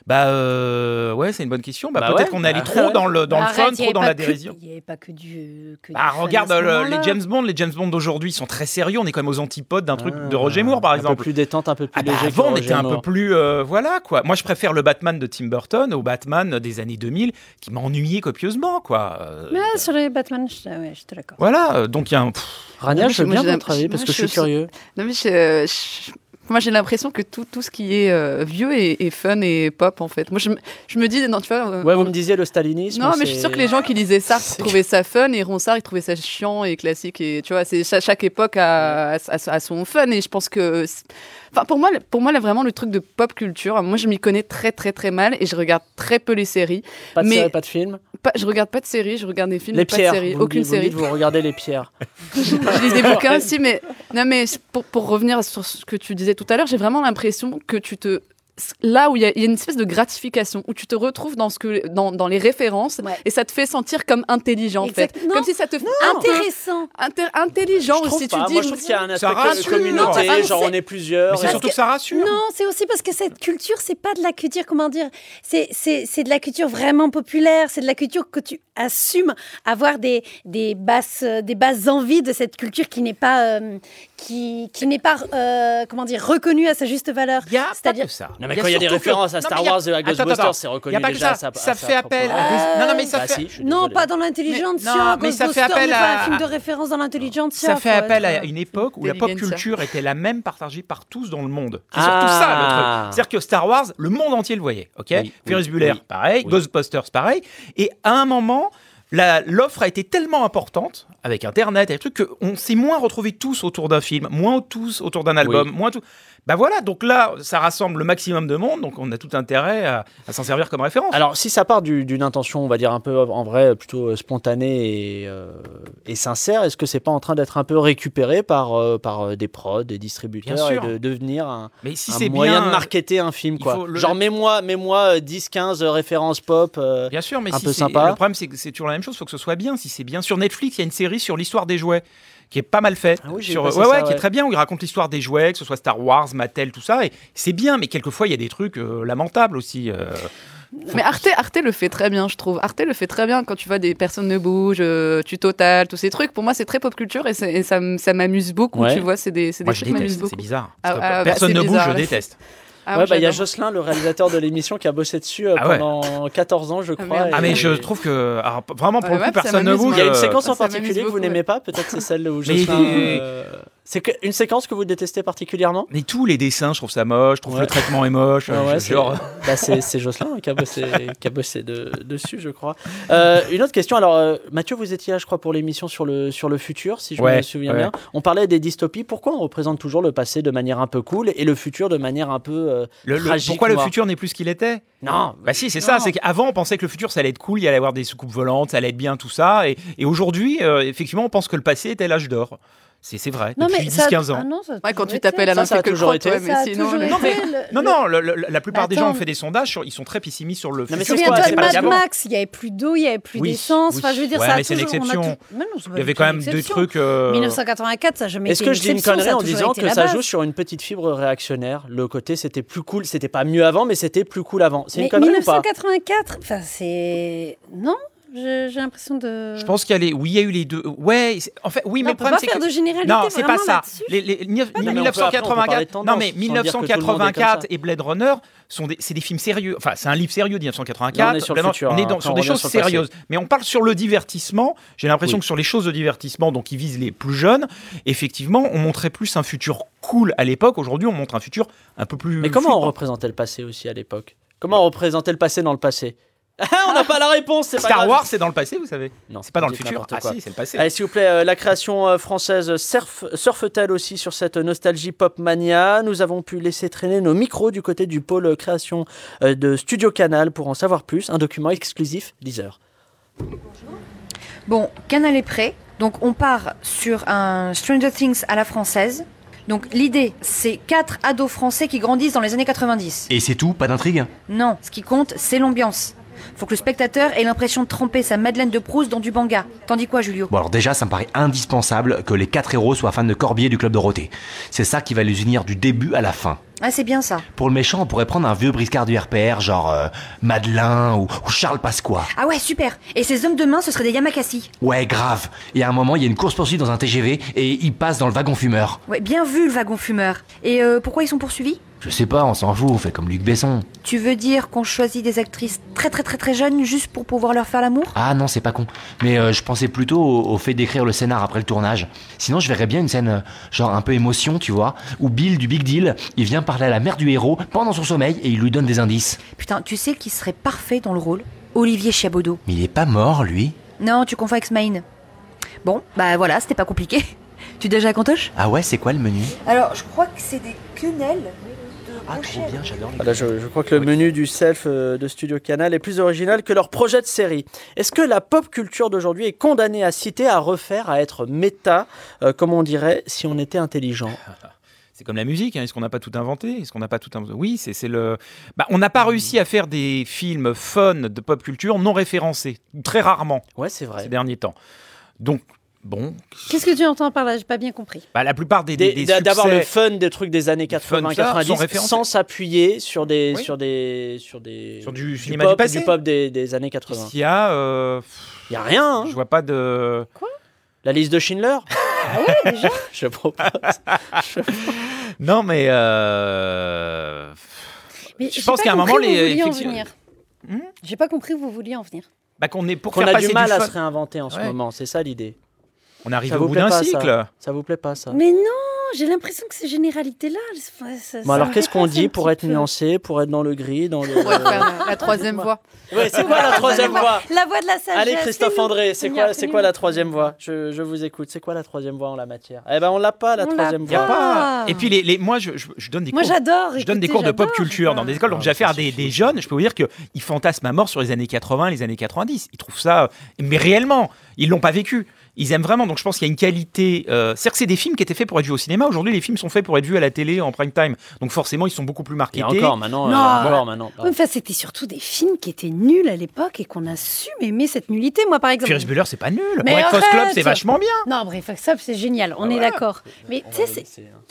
Speaker 7: Bah euh, ouais, c'est une bonne question. Bah, peut-être qu'on est
Speaker 1: Ah.
Speaker 7: allé trop dans le, dans le
Speaker 4: Arrête,
Speaker 7: fun,
Speaker 4: il y avait
Speaker 7: trop dans
Speaker 4: pas
Speaker 7: la
Speaker 4: que-
Speaker 7: dérision.
Speaker 4: Il n'y avait pas que du. que
Speaker 7: Bah
Speaker 4: du fun à
Speaker 7: regarde
Speaker 4: ce
Speaker 7: le-
Speaker 4: moment-là.
Speaker 7: les James Bond, les James Bond d'aujourd'hui sont très sérieux. On est quand même aux antipodes d'un truc de Roger Moore par exemple.
Speaker 1: Un peu plus détente, un peu plus
Speaker 7: Ah bah,
Speaker 1: léger. que
Speaker 7: avant, on
Speaker 1: Roger
Speaker 7: était un peu
Speaker 1: Moore.
Speaker 7: plus. euh, voilà, quoi. Moi, je préfère le Batman de Tim Burton au Batman des années 2000 qui m'ennuyait copieusement, quoi. Euh,
Speaker 4: Mais sur les Batman, je, ouais, je te l'accorde.
Speaker 7: voilà, euh, donc il y a un. pff.
Speaker 1: Rania,
Speaker 3: Moi,
Speaker 1: je veux
Speaker 3: moi,
Speaker 1: bien
Speaker 3: j'ai
Speaker 1: votre
Speaker 3: l'im-
Speaker 1: avis parce
Speaker 3: moi,
Speaker 1: que je suis curieux.
Speaker 3: Non, mais je- je- moi, j'ai l'impression que tout, tout ce qui est euh, vieux est, est fun et pop, en fait. Moi, je, me- je me dis, non, tu vois. euh,
Speaker 1: Ouais, vous me disiez le stalinisme.
Speaker 3: Non, mais je suis
Speaker 1: c'est-
Speaker 3: sûre que les gens qui lisaient
Speaker 1: <laughs>
Speaker 3: ça trouvaient ça fun et Ronsard, ils trouvaient ça chiant et classique. Et tu vois, c'est cha- chaque époque a, a- a- a son fun. Et je pense que. c'est- Enfin, pour moi, le- pour moi là, vraiment, le truc de pop culture, moi, je m'y connais très, très, très mal et je regarde très peu les séries.
Speaker 1: Pas de
Speaker 3: mais
Speaker 1: séries, pas de films
Speaker 3: pas- je regarde pas de séries, je regarde des films,
Speaker 1: Les
Speaker 3: pas
Speaker 1: pierres.
Speaker 3: de séries,
Speaker 1: vous me
Speaker 3: aucune
Speaker 1: dites- vous me
Speaker 3: série.
Speaker 1: dites, Vous regardez les pierres.
Speaker 3: je
Speaker 4: <laughs>
Speaker 3: lis des bouquins aussi, mais non, mais c'est pour, pour revenir sur ce que tu disais tout à l'heure, j'ai vraiment l'impression que tu te là où il y, a il y a une espèce de gratification où tu te retrouves dans ce que dans, dans les références et ça te fait sentir comme intelligent en fait,
Speaker 4: Exact- non,
Speaker 3: comme si ça te fait
Speaker 4: intéressant,
Speaker 3: intelligent
Speaker 1: Je
Speaker 3: aussi.
Speaker 1: trouve
Speaker 3: Tu
Speaker 1: pas.
Speaker 3: dis
Speaker 1: Bah, Moi, je trouve qu'il y a un aspect
Speaker 7: Ça
Speaker 1: de
Speaker 7: rassure.
Speaker 1: communauté,
Speaker 4: Non,
Speaker 1: genre
Speaker 4: c'est-
Speaker 1: on est plusieurs.
Speaker 7: Mais c'est
Speaker 1: et-
Speaker 7: surtout que ça rassure.
Speaker 4: Non, c'est aussi parce que cette culture, c'est pas de la culture, comment dire, c'est c'est c'est de la culture vraiment populaire, c'est de la culture que tu assumes avoir des des basses euh, des basses envies de cette culture qui n'est pas euh, qui qui n'est pas euh, comment dire reconnue à sa juste valeur. C'est-à-dire
Speaker 7: que ça.
Speaker 1: Non, mais quand il y a des
Speaker 7: surtout que-
Speaker 1: références à
Speaker 7: Non, mais
Speaker 1: Star
Speaker 7: il y a-
Speaker 1: Wars et à
Speaker 7: Attends,
Speaker 1: Ghostbusters,
Speaker 7: attends,
Speaker 1: c'est
Speaker 7: il y a
Speaker 1: reconnu
Speaker 7: pas que
Speaker 1: déjà,
Speaker 7: ça.
Speaker 1: ça a pas-
Speaker 7: Ça
Speaker 1: ça a
Speaker 7: fait
Speaker 1: pas
Speaker 7: appel.
Speaker 1: propre.
Speaker 7: à- Non, non, mais ça
Speaker 1: Bah
Speaker 7: fait.
Speaker 1: si, je suis
Speaker 4: non,
Speaker 1: désolé.
Speaker 4: pas dans l'intelligence,
Speaker 7: Mais- non, mais ça fait appel
Speaker 4: pas un
Speaker 7: à-
Speaker 4: film de référence dans l'intelligence.
Speaker 7: Ça fait appel à une époque où la pop culture était la même partagée par tous dans le monde. C'est surtout
Speaker 1: Ah.
Speaker 7: ça le truc. C'est-à-dire que Star Wars, le monde entier le voyait. Ok. Ferris Bueller, pareil. Ghostbusters, pareil. Et à un moment. la- L'offre a été tellement importante avec Internet et les trucs qu'on s'est moins retrouvés tous autour d'un film, moins tous autour d'un album, moins tout. Bah voilà, donc là, ça rassemble le maximum de monde, donc on a tout intérêt à, à s'en servir comme référence.
Speaker 1: Alors, si ça part du- d'une intention, on va dire un peu en vrai, plutôt euh, spontanée et, euh, et sincère, est-ce que c'est pas en train d'être un peu récupéré par, euh, par euh, des prods, des distributeurs
Speaker 7: Bien sûr.
Speaker 1: et de devenir un,
Speaker 7: Mais si
Speaker 1: un
Speaker 7: c'est
Speaker 1: moyen
Speaker 7: bien-
Speaker 1: de marketer un film quoi.
Speaker 7: faut le-
Speaker 1: Genre, mets-moi euh, mets 10-15 références pop euh,
Speaker 7: Bien sûr, mais
Speaker 1: un
Speaker 7: si
Speaker 1: peu
Speaker 7: c'est-
Speaker 1: sympa.
Speaker 7: Le problème, c'est que c'est toujours la même chose. Il faut que ce soit bien. Si c'est bien sur Netflix, il y a une série sur l'histoire des jouets qui est pas mal faite.
Speaker 1: Ah oui, j'ai
Speaker 7: sur,
Speaker 1: vu passer
Speaker 7: ouais,
Speaker 1: ça,
Speaker 7: ouais, qui
Speaker 1: ouais.
Speaker 7: est très bien. Où il raconte l'histoire des jouets, que ce soit Star Wars, Mattel, tout ça. Et c'est bien, mais quelquefois il y a des trucs euh, lamentables aussi. euh.
Speaker 3: Mais Arte, Arte le fait très bien, je trouve. Arte le fait très bien quand tu vois des personnes ne bougent, euh, tu totales, tous ces trucs. Pour moi, c'est très pop culture et, c'est- et ça, m- ça m'amuse beaucoup,
Speaker 1: Ouais.
Speaker 3: tu vois. C'est des, c'est des
Speaker 7: Moi, je
Speaker 3: trucs qui m'amusent
Speaker 7: déteste.
Speaker 3: beaucoup.
Speaker 7: C'est bizarre.
Speaker 3: Ah,
Speaker 7: Parce que
Speaker 3: ah, bah,
Speaker 7: personne
Speaker 3: c'est
Speaker 7: ne bouge,
Speaker 3: bizarre.
Speaker 7: je déteste.
Speaker 3: Ah,
Speaker 1: ouais,
Speaker 3: moi,
Speaker 1: bah, il y a
Speaker 3: j'adore.
Speaker 1: Jocelyn, le réalisateur de l'émission, qui a bossé dessus euh,
Speaker 7: Ah ouais.
Speaker 1: pendant 14 ans, je crois.
Speaker 3: merde.
Speaker 1: et-
Speaker 7: Ah mais je trouve que alors, p- vraiment pour
Speaker 3: Ouais,
Speaker 7: le coup
Speaker 3: ouais, ça
Speaker 7: personne ne
Speaker 3: m'amuse,
Speaker 7: bouge.
Speaker 1: Il y a une
Speaker 7: euh,
Speaker 1: séquence en
Speaker 3: Ça m'amuse
Speaker 1: particulier que vous
Speaker 3: beaucoup,
Speaker 1: n'aimez
Speaker 3: ouais.
Speaker 1: pas, peut-être c'est celle
Speaker 7: <laughs>
Speaker 1: où
Speaker 7: Mais-
Speaker 1: Jocelyn. euh, C'est que- une séquence que vous détestez particulièrement
Speaker 7: Mais tous les dessins, je trouve ça moche. Je trouve que
Speaker 1: Ouais.
Speaker 7: le traitement est moche.
Speaker 1: Ouais,
Speaker 7: euh,
Speaker 1: ouais,
Speaker 3: <laughs>
Speaker 7: je-
Speaker 1: c'est
Speaker 7: genre-
Speaker 1: bah, c'est- c'est Jocelyn qui a bossé, qui a bossé de- dessus, je crois. Euh, une autre question. Alors, euh, Mathieu, vous étiez là, je crois, pour l'émission sur le, sur le futur, si je me
Speaker 7: Ouais,
Speaker 1: souviens
Speaker 7: ouais.
Speaker 1: bien. On parlait des dystopies. Pourquoi on représente toujours le passé de manière un peu cool et le futur de manière un peu euh,
Speaker 7: Le- le-
Speaker 1: tragique
Speaker 7: pourquoi le
Speaker 1: voire-
Speaker 7: futur n'est plus ce qu'il était
Speaker 1: Non.
Speaker 7: Bah si, c'est ça. C'est qu'avant, on pensait que le futur, ça allait être cool, il y allait avoir des soucoupes volantes, ça allait être bien, tout ça. Et, et aujourd'hui, euh, effectivement, on pense que le passé était l'âge d'or. C'est c'est vrai, depuis 10-15 ans.
Speaker 4: Ah non, ça a
Speaker 3: Ouais, quand
Speaker 4: toujours
Speaker 3: tu
Speaker 4: été.
Speaker 3: t'appelles à
Speaker 1: Ça, ça a
Speaker 3: l'instant que le
Speaker 1: toujours
Speaker 3: croix,
Speaker 1: été.
Speaker 3: toi, mais
Speaker 4: Ça a
Speaker 3: sinon.
Speaker 4: toujours
Speaker 3: le-
Speaker 4: été.
Speaker 7: non, non, le- le- la plupart des gens, on
Speaker 4: Attends.
Speaker 7: fait des sondages, sur- ils sont très pessimistes sur le
Speaker 1: mais
Speaker 7: futur.
Speaker 1: c'est
Speaker 7: quoi,
Speaker 4: Souviens-toi
Speaker 7: c'est
Speaker 4: de
Speaker 7: pas
Speaker 4: Mad
Speaker 7: d'avant.
Speaker 4: Max, il n'y avait plus d'eau, il n'y avait plus
Speaker 1: Oui,
Speaker 4: d'essence.
Speaker 1: oui.
Speaker 4: Enfin, je veux dire,
Speaker 7: Ouais,
Speaker 4: ça a
Speaker 7: mais c'est
Speaker 4: toujours- on a
Speaker 7: l'exception.
Speaker 4: tout- Mais non, c'est pas
Speaker 7: Il y avait
Speaker 4: du tout
Speaker 7: quand
Speaker 4: une
Speaker 7: même des
Speaker 4: exception.
Speaker 7: trucs. euh,
Speaker 4: 1984, ça n'a jamais
Speaker 1: Est-ce
Speaker 4: été
Speaker 1: que je dis une
Speaker 4: exception,
Speaker 1: connerie
Speaker 4: ça a
Speaker 1: en
Speaker 4: toujours
Speaker 1: disant
Speaker 4: été
Speaker 1: que
Speaker 4: la
Speaker 1: ça
Speaker 4: base.
Speaker 1: joue sur une petite fibre réactionnaire Le côté, c'était plus cool, c'était pas mieux avant, mais c'était plus cool avant. C'est une
Speaker 4: Mais
Speaker 1: connerie ou pas
Speaker 4: 1984, enfin c'est non, je- j'ai l'impression de.
Speaker 7: Je pense qu'il y a les... Oui, il y a eu les deux. Ouais, c'est- en fait, oui,
Speaker 4: Non, on
Speaker 7: mais le
Speaker 4: peut
Speaker 7: problème,
Speaker 4: pas
Speaker 7: c'est
Speaker 4: faire
Speaker 7: que-
Speaker 4: de généralité
Speaker 7: Non, c'est pas
Speaker 4: vraiment
Speaker 7: ça.
Speaker 4: là-dessus.
Speaker 7: Les, les- ni-
Speaker 1: mais on peut- après, on peut parler de
Speaker 7: 1984,
Speaker 1: tendance,
Speaker 7: non mais
Speaker 1: sans dire que tout le monde est comme
Speaker 7: 1984
Speaker 1: ça.
Speaker 7: et Blade Runner sont des, c'est des films sérieux. Enfin, c'est un livre sérieux, 1984.
Speaker 1: Là, on est sur le
Speaker 7: Blade Runner,
Speaker 1: futur,
Speaker 7: on est
Speaker 1: hein.
Speaker 7: dans-
Speaker 1: Après, on
Speaker 7: sur des
Speaker 1: revient
Speaker 7: choses
Speaker 1: sur le passé.
Speaker 7: sérieuses. Mais on parle sur le divertissement. J'ai l'impression
Speaker 1: Oui.
Speaker 7: que sur les choses de divertissement, donc qui visent les plus jeunes, effectivement, on montrait plus un futur cool à l'époque. Aujourd'hui, on montre un futur un peu plus.
Speaker 1: Mais comment on
Speaker 7: flippant.
Speaker 1: représentait le passé aussi à l'époque Comment on représentait le passé dans le passé on n'a pas la réponse, c'est pas
Speaker 7: Ah Star
Speaker 1: grave.
Speaker 7: Wars, c'est dans le passé, vous savez Non. C'est pas dans le
Speaker 1: dites
Speaker 7: futur.
Speaker 1: n'importe
Speaker 7: Ah
Speaker 1: quoi.
Speaker 7: si, c'est le passé.
Speaker 1: Allez, s'il vous plaît, euh, la création euh, française surf- surfe-t-elle aussi sur cette euh, nostalgie pop mania Nous avons pu laisser traîner nos micros du côté du pôle création euh, de Studio Canal pour en savoir plus. Un document exclusif, Deezer.
Speaker 5: Bon, Canal est prêt. Donc on part sur un Stranger Things à la française. Donc l'idée, c'est quatre ados français qui grandissent dans les années 90.
Speaker 12: Et c'est tout, pas d'intrigue
Speaker 5: Non, ce qui compte, c'est l'ambiance. Faut que le spectateur ait l'impression de tremper sa Madeleine de Proust dans du banga. T'en dis quoi, Julio
Speaker 12: Bon alors déjà, ça me paraît indispensable que les quatre héros soient fans de Corbier du Club Dorothée. C'est ça qui va les unir du début à la fin.
Speaker 5: Ah, c'est bien ça.
Speaker 12: Pour le méchant, on pourrait prendre un vieux briscard du RPR, genre euh, Madeleine ou, ou Charles Pasqua.
Speaker 5: Ah ouais, super. Et ces hommes de main, ce seraient des Yamakasi.
Speaker 12: Ouais, grave. Et à un moment, il y a une course-poursuite dans un TGV et il passe dans le wagon fumeur.
Speaker 5: Ouais, bien vu le wagon fumeur. Et euh, pourquoi ils sont poursuivis
Speaker 12: Je sais pas, on s'en fout, on fait comme Luc Besson.
Speaker 5: Tu veux dire qu'on choisit des actrices très très très très jeunes juste pour pouvoir leur faire l'amour
Speaker 12: Ah non, c'est pas con. Mais euh, je pensais plutôt au, au fait d'écrire le scénar après le tournage. Sinon, je verrais bien une scène, euh, genre un peu émotion, tu vois, où Bill du Big Deal, il vient parler à la mère du héros pendant son sommeil et il lui donne des indices.
Speaker 5: Putain, tu sais qui serait parfait dans le rôle Olivier Chiabodo.
Speaker 12: Mais il est pas mort, lui
Speaker 5: Non, tu confonds avec Smaïn. Bon, bah voilà, c'était pas compliqué. <laughs> Tu es déjà à Cantoche
Speaker 12: Ah ouais, c'est quoi le menu
Speaker 5: Alors, je crois que c'est des quenelles de
Speaker 7: Ah,
Speaker 5: brochette.
Speaker 12: j'adore
Speaker 1: Voilà, Ah, je, je crois que le menu du self euh, de Studio Canal est plus original que leur projet de série. Est-ce que la pop culture d'aujourd'hui est condamnée à citer, à refaire, à être méta, euh, comme on dirait si on était intelligent
Speaker 7: Ah, C'est comme la musique, hein. est-ce qu'on n'a pas tout inventé Est-ce qu'on n'a pas tout inventé Oui, c'est c'est le. Bah, on n'a pas réussi à faire des films fun de pop culture non référencés, très rarement.
Speaker 1: Ouais, c'est vrai.
Speaker 7: Ces derniers temps. Donc, bon,
Speaker 4: Qu'est-ce que tu entends par là J'ai pas bien compris.
Speaker 7: bah, la plupart des. des,
Speaker 1: Des-
Speaker 7: des
Speaker 1: d'a- D'avoir
Speaker 7: succès-
Speaker 1: le fun des trucs des années 80,
Speaker 7: fun, ça, sont
Speaker 1: 90,
Speaker 7: référencés.
Speaker 1: sans s'appuyer sur des,
Speaker 7: Oui.
Speaker 1: sur des, sur des,
Speaker 7: Sur du cinéma
Speaker 1: pop,
Speaker 7: du passé.
Speaker 1: pop des, des années 80.
Speaker 7: Il y a. euh,
Speaker 1: Il y a rien. hein.
Speaker 7: Je vois pas de.
Speaker 1: La liste de Schindler.
Speaker 4: Ah ouais, déjà
Speaker 1: <laughs> Je propose.
Speaker 7: Non, mais. euh,
Speaker 4: Mais
Speaker 7: Je
Speaker 4: j'ai
Speaker 7: pense
Speaker 4: pas
Speaker 7: qu'à un
Speaker 4: compris où
Speaker 7: moment, les-
Speaker 4: vous vouliez en
Speaker 7: effectivement-
Speaker 4: venir.
Speaker 1: Hmm
Speaker 4: J'ai pas compris où vous vouliez en venir.
Speaker 7: Bah, qu'on est pour
Speaker 1: Qu'on
Speaker 7: faire
Speaker 1: a
Speaker 7: passer
Speaker 1: du mal à
Speaker 7: fun.
Speaker 1: se réinventer en ce
Speaker 7: Ouais.
Speaker 1: moment, c'est ça l'idée.
Speaker 7: On arrive
Speaker 1: Ça
Speaker 7: au
Speaker 1: vous
Speaker 7: bout
Speaker 1: plaît
Speaker 7: d'un
Speaker 1: pas, ça
Speaker 7: cycle.
Speaker 1: Ça vous plaît pas ça
Speaker 4: Mais non, j'ai l'impression que ces généralités-là. elles- enfin, ça-
Speaker 1: Bon
Speaker 4: ça
Speaker 1: alors
Speaker 4: me
Speaker 1: qu'est-ce qu'on
Speaker 4: dépasse un
Speaker 1: dit pour
Speaker 4: petit
Speaker 1: être
Speaker 4: peu.
Speaker 1: nuancé, pour être dans le gris, dans
Speaker 4: <laughs>
Speaker 1: le...
Speaker 3: On pourrait faire la troisième voie.
Speaker 1: Ouais, c'est quoi la troisième voix
Speaker 4: La voix de la sagesse.
Speaker 1: Allez Christophe
Speaker 4: fais-nous.
Speaker 1: André, c'est
Speaker 4: Il y
Speaker 1: quoi,
Speaker 4: a
Speaker 1: c'est
Speaker 4: rien.
Speaker 1: quoi la troisième voix je, je vous écoute, c'est quoi la troisième voix en la matière Eh ben on l'a pas la
Speaker 4: On l'a
Speaker 1: troisième
Speaker 7: Y a
Speaker 1: voix.
Speaker 7: pas. Et puis les, les- moi je, je- je donne des
Speaker 4: Moi,
Speaker 7: cours.
Speaker 4: j'adore,
Speaker 7: Je donne des
Speaker 4: écoutez,
Speaker 7: cours de pop
Speaker 4: j'adore.
Speaker 7: culture dans des écoles. Donc j'ai affaire à des, des jeunes. Je peux vous dire que ils fantasment à mort sur les années 80, les années 90. Ils trouvent ça, euh, mais réellement, ils l'ont pas vécu. Ils aiment vraiment. Donc je pense qu'il y a une qualité. euh, C'est-à-dire que c'est des films qui étaient faits pour être vus au cinéma. Aujourd'hui, les films sont faits pour être vus à la télé en prime time. Donc forcément, ils sont beaucoup plus marqués.
Speaker 1: Et encore maintenant, euh,
Speaker 4: Non.
Speaker 1: encore maintenant.
Speaker 4: Ouais, mais Enfin, c'était surtout des films qui étaient nuls à l'époque et qu'on a su aimer cette nullité. Moi, par exemple.
Speaker 7: Ferris Bueller, c'est pas nul.
Speaker 4: Mais
Speaker 7: Breakfast Club,
Speaker 4: arrête
Speaker 7: c'est vachement bien.
Speaker 4: Non, Breakfast Club, c'est génial. On est d'accord. Mais tu sais, c'est <laughs>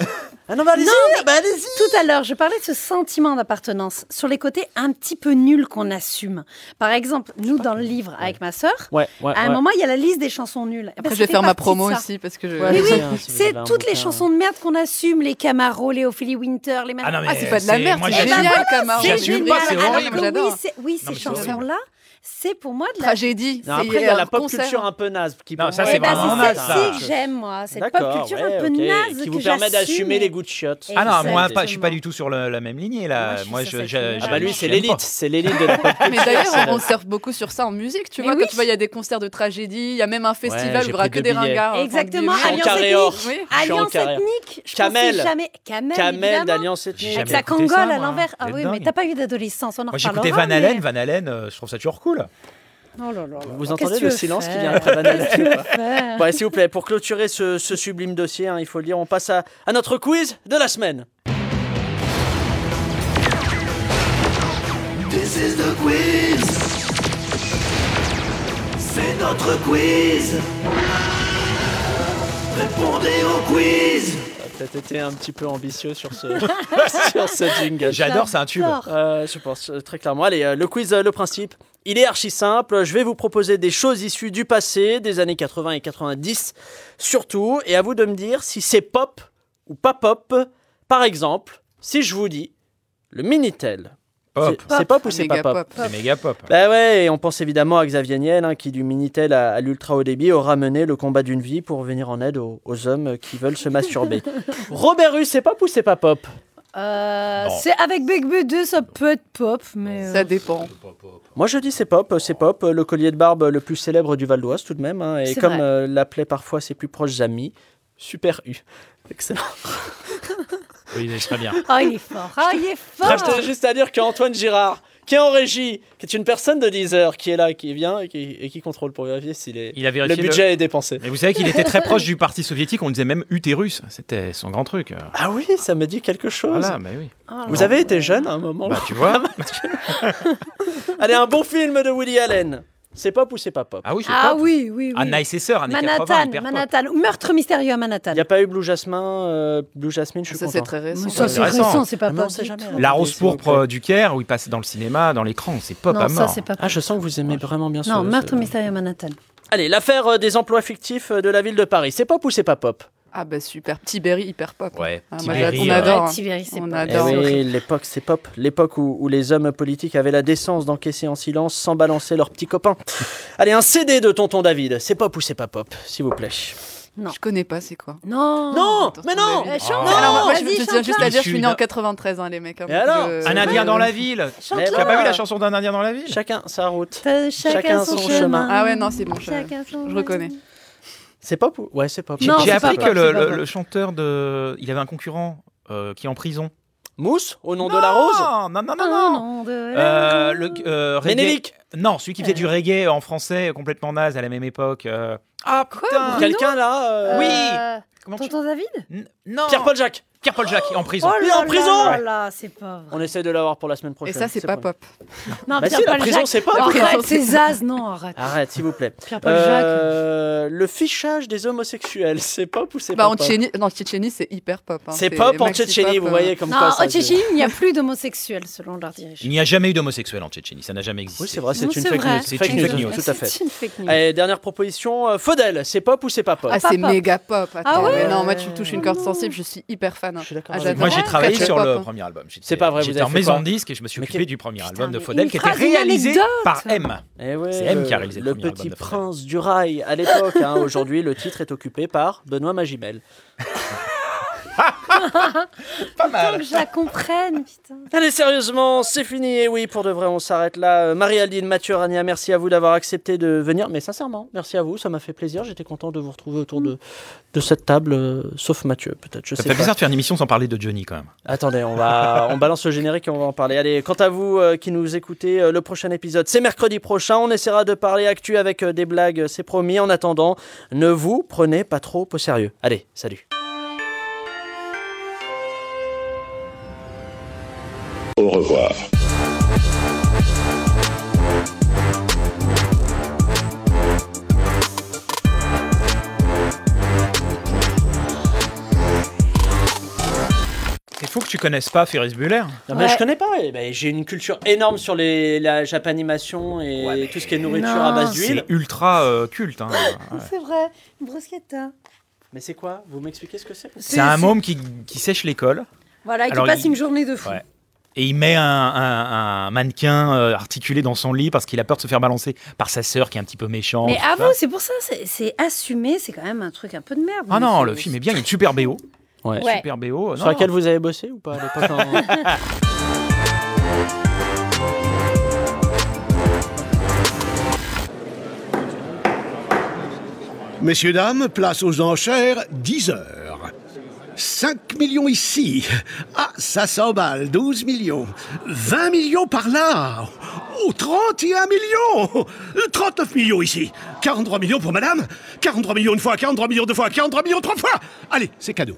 Speaker 1: Ah non, bah, allez-y,
Speaker 4: Non,
Speaker 1: bah, allez-y.
Speaker 4: Tout à l'heure, je parlais de ce sentiment d'appartenance sur les côtés un petit peu nuls qu'on assume. Par exemple, nous, dans le livre avec ma sœur,
Speaker 1: Ouais, ouais,
Speaker 4: à un
Speaker 1: ouais.
Speaker 4: moment, il y a la liste des chansons nulles. Eh ben,
Speaker 3: Après, je vais
Speaker 4: c'était
Speaker 3: faire ma
Speaker 4: partie de
Speaker 3: promo
Speaker 4: ça.
Speaker 3: aussi parce que je.
Speaker 1: Ouais,
Speaker 4: Mais
Speaker 1: allez-y,
Speaker 4: oui,
Speaker 1: hein, si vous
Speaker 4: c'est
Speaker 1: avez un
Speaker 4: toutes les
Speaker 1: bouquin.
Speaker 4: chansons de merde qu'on assume, les Camaro, les Ophélie Winter, les
Speaker 7: Ah non, mais
Speaker 3: Ah, c'est pas de la merde,
Speaker 7: moi,
Speaker 3: c'est
Speaker 7: j'assume
Speaker 3: génial,
Speaker 7: pas.
Speaker 3: Camaro.
Speaker 4: C'est
Speaker 7: J'assume
Speaker 4: génial.
Speaker 7: pas, c'est
Speaker 4: Alors
Speaker 7: horrible.
Speaker 4: que
Speaker 3: J'adore.
Speaker 4: oui, c'est- oui, ces
Speaker 7: mais c'est horrible.
Speaker 4: chansons-là, c'est pour moi de la
Speaker 3: Tragédie.
Speaker 1: Non, après il y a
Speaker 3: euh,
Speaker 1: la pop
Speaker 3: concert.
Speaker 1: culture un peu naze qui
Speaker 7: Non,
Speaker 1: pour
Speaker 7: ça,
Speaker 1: moi,
Speaker 7: c'est
Speaker 4: Eh ben,
Speaker 7: vraiment
Speaker 4: c'est
Speaker 7: mal, ça.
Speaker 4: celle-ci que j'aime, moi. Cette pop
Speaker 1: D'accord,
Speaker 4: culture
Speaker 1: ouais,
Speaker 4: un peu
Speaker 1: ok,
Speaker 4: naze
Speaker 1: qui
Speaker 4: que
Speaker 1: vous permet
Speaker 4: j'assume
Speaker 1: d'assumer
Speaker 4: et-
Speaker 1: les goûts de chiottes.
Speaker 4: Et-
Speaker 7: Ah non, moi, pas- je suis
Speaker 4: Exactement.
Speaker 7: pas du tout sur le- la même lignée
Speaker 4: Moi,
Speaker 7: là.
Speaker 4: je suis
Speaker 7: Moi,
Speaker 4: sur
Speaker 7: je,
Speaker 4: cette
Speaker 7: je-
Speaker 4: lignée-là.
Speaker 1: Ah
Speaker 7: je-
Speaker 1: bah lui
Speaker 7: j'aime
Speaker 1: c'est
Speaker 7: pas.
Speaker 1: l'élite, c'est l'élite de la pop culture.
Speaker 3: Mais d'ailleurs,
Speaker 1: c'est le-
Speaker 3: on surfe beaucoup sur ça en musique, tu
Speaker 4: Mais
Speaker 3: vois.
Speaker 4: oui.
Speaker 3: Quand tu vois, il y a des concerts de tragédie, il y a même un festival où
Speaker 1: j'ai
Speaker 3: il y aura
Speaker 1: pris
Speaker 3: que
Speaker 1: deux
Speaker 3: des
Speaker 1: billets.
Speaker 3: ringards. enfin,
Speaker 4: Exactement,
Speaker 3: du-
Speaker 1: Je suis en
Speaker 4: Alliance
Speaker 1: carré or.
Speaker 4: ethnique.
Speaker 3: Oui.
Speaker 1: Je suis en
Speaker 4: Alliance
Speaker 1: carré or.
Speaker 4: ethnique, je
Speaker 1: Camel.
Speaker 4: pensais jamais. Camel,
Speaker 1: Camel
Speaker 4: évidemment.
Speaker 1: d'Alliance Ethnique.
Speaker 4: Avec
Speaker 7: Jamais
Speaker 4: sa
Speaker 7: écouté
Speaker 4: cangole
Speaker 7: ça,
Speaker 4: à
Speaker 7: moi.
Speaker 4: l'envers. Ah
Speaker 7: C'est
Speaker 4: oui,
Speaker 7: dingue.
Speaker 4: mais t'as pas eu d'adolescence, on en
Speaker 7: Moi,
Speaker 4: reparlera.
Speaker 7: j'écoutais Van
Speaker 4: mais-
Speaker 7: Halen. Van Halen, euh, je trouve ça toujours cool.
Speaker 4: Oh là là là.
Speaker 1: Vous
Speaker 4: Qu'est-ce
Speaker 1: entendez
Speaker 4: que
Speaker 1: le
Speaker 4: tu veux
Speaker 1: silence qui
Speaker 4: faire
Speaker 1: vient après Van Halen
Speaker 4: <laughs> faire
Speaker 1: Bon, allez, S'il vous plaît, pour clôturer ce, ce sublime dossier, hein, il faut le dire, on passe à, à notre quiz de la semaine.
Speaker 2: This is the quiz C'est notre quiz Répondez au quiz
Speaker 1: Ça a peut-être été un petit peu ambitieux sur ce, <laughs> sur ce jingle.
Speaker 7: J'adore, c'est un tube.
Speaker 4: J'adore.
Speaker 1: Euh, je pense euh, très clairement. Allez, euh, le quiz, euh, le principe, il est archi simple. Je vais vous proposer des choses issues du passé, des années 80 et 90 surtout. Et à vous de me dire si c'est pop ou pas pop. Par exemple, si je vous dis le Minitel.
Speaker 7: Pop.
Speaker 1: C'est- C'est pop ou
Speaker 3: Ah,
Speaker 1: c'est
Speaker 3: méga
Speaker 1: pas pop
Speaker 3: pop.
Speaker 7: C'est méga pop.
Speaker 1: Bah ouais, et on pense évidemment à Xavier Niel, hein, qui du Minitel à, à l'ultra haut débit aura mené le combat d'une
Speaker 4: <laughs>
Speaker 1: vie pour venir en aide aux, aux hommes qui veulent se masturber. Robert Russe, c'est pop ou c'est pas pop
Speaker 4: Euh,
Speaker 1: Non.
Speaker 4: c'est avec Big Buddy, ça peut être pop, mais. euh,
Speaker 1: Moi je dis c'est pop, euh, c'est pop, le collier de barbe euh, le plus célèbre du Val d'Oise tout de même, hein, et
Speaker 4: C'est
Speaker 1: comme
Speaker 4: vrai.
Speaker 1: euh, l'appelaient parfois ses plus proches amis, Super U. Excellent.
Speaker 13: Oui, il est très bien.
Speaker 4: Ah, il est fort. Ah, il est fort.
Speaker 1: Je tenais juste à dire qu'Antoine Girard, qui est en régie, qui est une personne de 10 heures, qui est là, qui vient et qui, et qui contrôle pour vérifier si les,
Speaker 13: Il a vérifié
Speaker 1: le budget est dépensé.
Speaker 7: Mais vous savez qu'il était
Speaker 1: <laughs>
Speaker 7: très proche du parti soviétique, on le disait même utérus. C'était son grand truc. euh.
Speaker 1: Ah oui, ça me dit quelque chose.
Speaker 7: Voilà, mais oui.
Speaker 4: Ah,
Speaker 1: Vous
Speaker 7: non.
Speaker 1: avez été jeune à un moment.
Speaker 7: Bah,
Speaker 1: <laughs>
Speaker 7: tu vois.
Speaker 1: Allez, un bon film de Woody Allen. C'est pop ou c'est pas pop
Speaker 7: Ah oui,
Speaker 4: Ah oui, oui, oui.
Speaker 7: Anna et ses sœurs, années 80,
Speaker 4: Manhattan,
Speaker 7: hyper pop.
Speaker 4: Manhattan. Meurtre mystérieux à Manhattan.
Speaker 1: Il n'y a pas eu Blue Jasmin, euh, Blue Jasmine, je suis
Speaker 4: Ça,
Speaker 1: content.
Speaker 4: c'est très récent. Ça, c'est récent, c'est pas
Speaker 1: Ah, mais
Speaker 4: pop
Speaker 1: on sait
Speaker 4: du
Speaker 1: jamais.
Speaker 4: tout.
Speaker 7: La rose pourpre euh, du Caire, où il passe dans le cinéma, dans l'écran, c'est pop
Speaker 4: Non,
Speaker 7: à
Speaker 4: ça,
Speaker 7: mort.
Speaker 4: c'est pas
Speaker 1: Ah, je sens que vous aimez vraiment bien ce-
Speaker 4: Non,
Speaker 1: ce-
Speaker 4: Meurtre mystérieux à Manhattan.
Speaker 1: Allez, l'affaire euh, des emplois fictifs euh, de la ville de Paris. C'est pop ou c'est pas pop
Speaker 3: Ah bah super, Tibéri hyper pop.
Speaker 7: Ouais,
Speaker 3: ah, moi,
Speaker 1: Tibéri,
Speaker 3: j'ad- on
Speaker 1: ouais.
Speaker 3: adore.
Speaker 4: Ouais,
Speaker 3: hein.
Speaker 4: Tibéri, c'est
Speaker 3: on
Speaker 4: pop.
Speaker 1: Eh
Speaker 3: adore.
Speaker 1: oui, l'époque, c'est pop. L'époque où, où les hommes politiques avaient la décence d'encaisser en silence sans balancer leurs petits copains. Allez, un CD de Tonton David. C'est pop ou c'est pas pop, s'il vous plaît
Speaker 3: Je connais pas, c'est quoi
Speaker 4: Non
Speaker 1: Non Mais non
Speaker 4: Eh, chante
Speaker 1: Non
Speaker 3: Alors, moi, je
Speaker 4: Vas-y,
Speaker 3: je tiens
Speaker 4: chante-la.
Speaker 3: juste à dire, je
Speaker 7: Je
Speaker 3: suis
Speaker 7: suis
Speaker 3: né en
Speaker 7: d'un-
Speaker 3: 93, hein, les mecs. hein,
Speaker 1: Et
Speaker 3: donc,
Speaker 1: alors
Speaker 3: euh,
Speaker 7: Un Indien dans la ville. Tu
Speaker 1: Chante-la.
Speaker 7: n'as pas vu la chanson d'un Indien dans la ville
Speaker 1: Chacun sa route.
Speaker 4: Chacun,
Speaker 1: son
Speaker 4: son,
Speaker 1: chemin.
Speaker 4: chemin.
Speaker 3: Ah ouais, non, c'est bon, je,
Speaker 4: Chacun son
Speaker 3: je reconnais.
Speaker 1: C'est pop ou Ouais, c'est pop.
Speaker 7: J'ai
Speaker 4: Non,
Speaker 7: j'ai
Speaker 4: c'est pas
Speaker 7: appris
Speaker 4: pop,
Speaker 7: que le,
Speaker 4: c'est pas
Speaker 7: le-
Speaker 4: pop.
Speaker 7: le chanteur de. Il avait un concurrent euh, qui est en prison.
Speaker 1: Mousse, au nom de la rose
Speaker 7: Non, non, non,
Speaker 4: Ah,
Speaker 7: non.
Speaker 4: non, de-
Speaker 7: Euh, le, euh, reggae-
Speaker 1: Ménélique.
Speaker 7: Non, celui qui faisait du reggae en français euh, complètement naze à la même époque. euh, Ah putain
Speaker 4: Bruno
Speaker 1: Quelqu'un là euh,
Speaker 7: Oui.
Speaker 4: Euh,
Speaker 7: Comment tu-
Speaker 4: Tonton David
Speaker 7: N- Non
Speaker 1: Pierre-Paul Jacques
Speaker 7: Pierre-Paul Jacques en prison.
Speaker 4: Oh
Speaker 1: Il est
Speaker 4: là
Speaker 1: en prison
Speaker 4: là là là, c'est pas vrai.
Speaker 1: On essaie de l'avoir pour la semaine
Speaker 3: Et
Speaker 1: prochaine.
Speaker 3: ça, c'est pas
Speaker 1: promis.
Speaker 3: pop.
Speaker 4: Non,
Speaker 1: Bah si, la
Speaker 4: Pierre-Paul
Speaker 1: prison,
Speaker 4: Jacques. Oh,
Speaker 1: c'est pop.
Speaker 4: Arrête, c'est Zaz, non, arrête.
Speaker 1: Arrête, s'il vous plaît.
Speaker 4: Pierre-Paul Jacques.
Speaker 1: Euh, le fichage des homosexuels, c'est pop ou c'est
Speaker 3: Bah,
Speaker 1: pas
Speaker 3: en
Speaker 1: pop
Speaker 3: Tchétchénie, non, Tchétchénie, c'est hyper pop. hein,
Speaker 1: C'est pop en
Speaker 3: maxi
Speaker 1: Tchétchénie,
Speaker 3: pop,
Speaker 1: vous
Speaker 3: euh,
Speaker 1: voyez comme quoi
Speaker 4: Non,
Speaker 1: ça-
Speaker 4: en Tchétchénie, il n'y a plus d'homosexuels, selon leur
Speaker 7: Il
Speaker 4: dirigeant.
Speaker 7: n'y a jamais eu d'homosexuel en Tchétchénie, ça n'a jamais existé.
Speaker 1: Oui, c'est vrai, c'est
Speaker 4: Non,
Speaker 1: une
Speaker 4: c'est
Speaker 1: fake
Speaker 4: vrai.
Speaker 1: news.
Speaker 7: C'est
Speaker 1: Fake
Speaker 7: une
Speaker 1: news,
Speaker 7: fake news.
Speaker 1: tout à fait.
Speaker 4: C'est une fake news.
Speaker 1: Allez, dernière proposition, euh, Faudel, c'est pop ou c'est pas pop Ah
Speaker 3: Ah, c'est
Speaker 4: pop.
Speaker 3: méga pop. Attends,
Speaker 4: ouais
Speaker 3: mais non, moi, tu me touches une corde sensible, je suis hyper fan. hein.
Speaker 1: Je suis d'accord
Speaker 3: Ah,
Speaker 1: avec
Speaker 3: j'adore.
Speaker 7: Moi, j'ai travaillé
Speaker 3: Catch
Speaker 7: sur
Speaker 3: pop,
Speaker 7: le
Speaker 3: hein.
Speaker 7: premier album. J'étais-
Speaker 1: C'est pas vrai, vous
Speaker 7: J'étais
Speaker 1: avez
Speaker 7: en
Speaker 1: fait
Speaker 7: maison
Speaker 1: quoi
Speaker 7: de disque et je me suis
Speaker 1: Mais
Speaker 7: occupé
Speaker 1: quel-
Speaker 7: du premier
Speaker 4: Putain,
Speaker 7: album de
Speaker 4: mais
Speaker 7: Faudel
Speaker 4: une
Speaker 7: qui était
Speaker 4: phrase, une
Speaker 7: réalisé
Speaker 4: anecdote.
Speaker 7: par M.
Speaker 1: Eh ouais,
Speaker 7: C'est M qui a
Speaker 1: le-
Speaker 7: réalisé le
Speaker 1: Le
Speaker 7: premier
Speaker 1: petit
Speaker 7: album de Faudel.
Speaker 1: prince du rail à l'époque. hein. <laughs> Aujourd'hui, le titre est occupé par Benoît Magimel.
Speaker 7: Pas
Speaker 4: Tant
Speaker 7: mal.
Speaker 4: que je la comprenne, putain.
Speaker 1: Allez, sérieusement, c'est fini. Et oui, pour de vrai, on s'arrête là. Euh, Marie-Aline, Mathieu, Rania, merci à vous d'avoir accepté de venir. Mais sincèrement, merci à vous. Ça m'a fait plaisir. J'étais content de vous retrouver autour
Speaker 3: Mm.
Speaker 1: de, de cette table, euh, sauf Mathieu, peut-être. Je
Speaker 7: Ça
Speaker 1: sais
Speaker 7: fait
Speaker 1: pas.
Speaker 7: bizarre de faire une émission sans parler de Johnny quand même.
Speaker 1: Attendez, on va on balance le générique et on va en parler. Allez, quant à vous euh, qui nous écoutez, euh, le prochain épisode, c'est mercredi prochain. On essaiera de parler actu avec euh, des blagues, euh, c'est promis. En attendant, ne vous prenez pas trop au sérieux. Allez, salut.
Speaker 14: Au revoir.
Speaker 7: C'est fou que tu connaisses pas Ferris Bueller.
Speaker 1: Non, mais
Speaker 4: Ouais.
Speaker 1: je connais pas. Eh ben, j'ai une culture énorme sur les, la japanimation et
Speaker 7: Ouais, mais-
Speaker 1: tout ce qui est nourriture
Speaker 4: Non.
Speaker 1: à base d'huile.
Speaker 7: C'est ultra euh, culte. hein. Ouais.
Speaker 4: C'est vrai, une hein. bruschetta.
Speaker 1: Mais c'est quoi Vous m'expliquez ce que c'est
Speaker 7: C'est un môme qui, qui sèche l'école
Speaker 4: Voilà, et qui
Speaker 7: Alors,
Speaker 4: passe
Speaker 7: il-
Speaker 4: une journée de fou.
Speaker 7: Ouais. et il met un, un- un mannequin euh, articulé dans son lit parce qu'il a peur de se faire balancer par sa sœur qui est un petit peu méchante.
Speaker 4: Mais
Speaker 7: tout ça.
Speaker 4: avant, c'est pour ça, c'est- c'est assumé, c'est quand même un truc un peu de merde.
Speaker 7: Ah non, le film est bien, il est super BO.
Speaker 1: Ouais.
Speaker 4: Ouais.
Speaker 7: Super BO. euh,
Speaker 1: Sur
Speaker 7: non,
Speaker 1: laquelle vous avez bossé ou
Speaker 7: <laughs>
Speaker 1: pas à l'époque en-
Speaker 14: Messieurs, dames, place aux enchères, 10 heures. 5 millions ici. Ah, ça s'emballe, 12 millions. 20 millions par là. Oh, 31 millions. 39 millions ici. 43 millions pour madame. 43 millions une fois, 43 millions deux fois, 43 millions trois fois. Allez, c'est cadeau.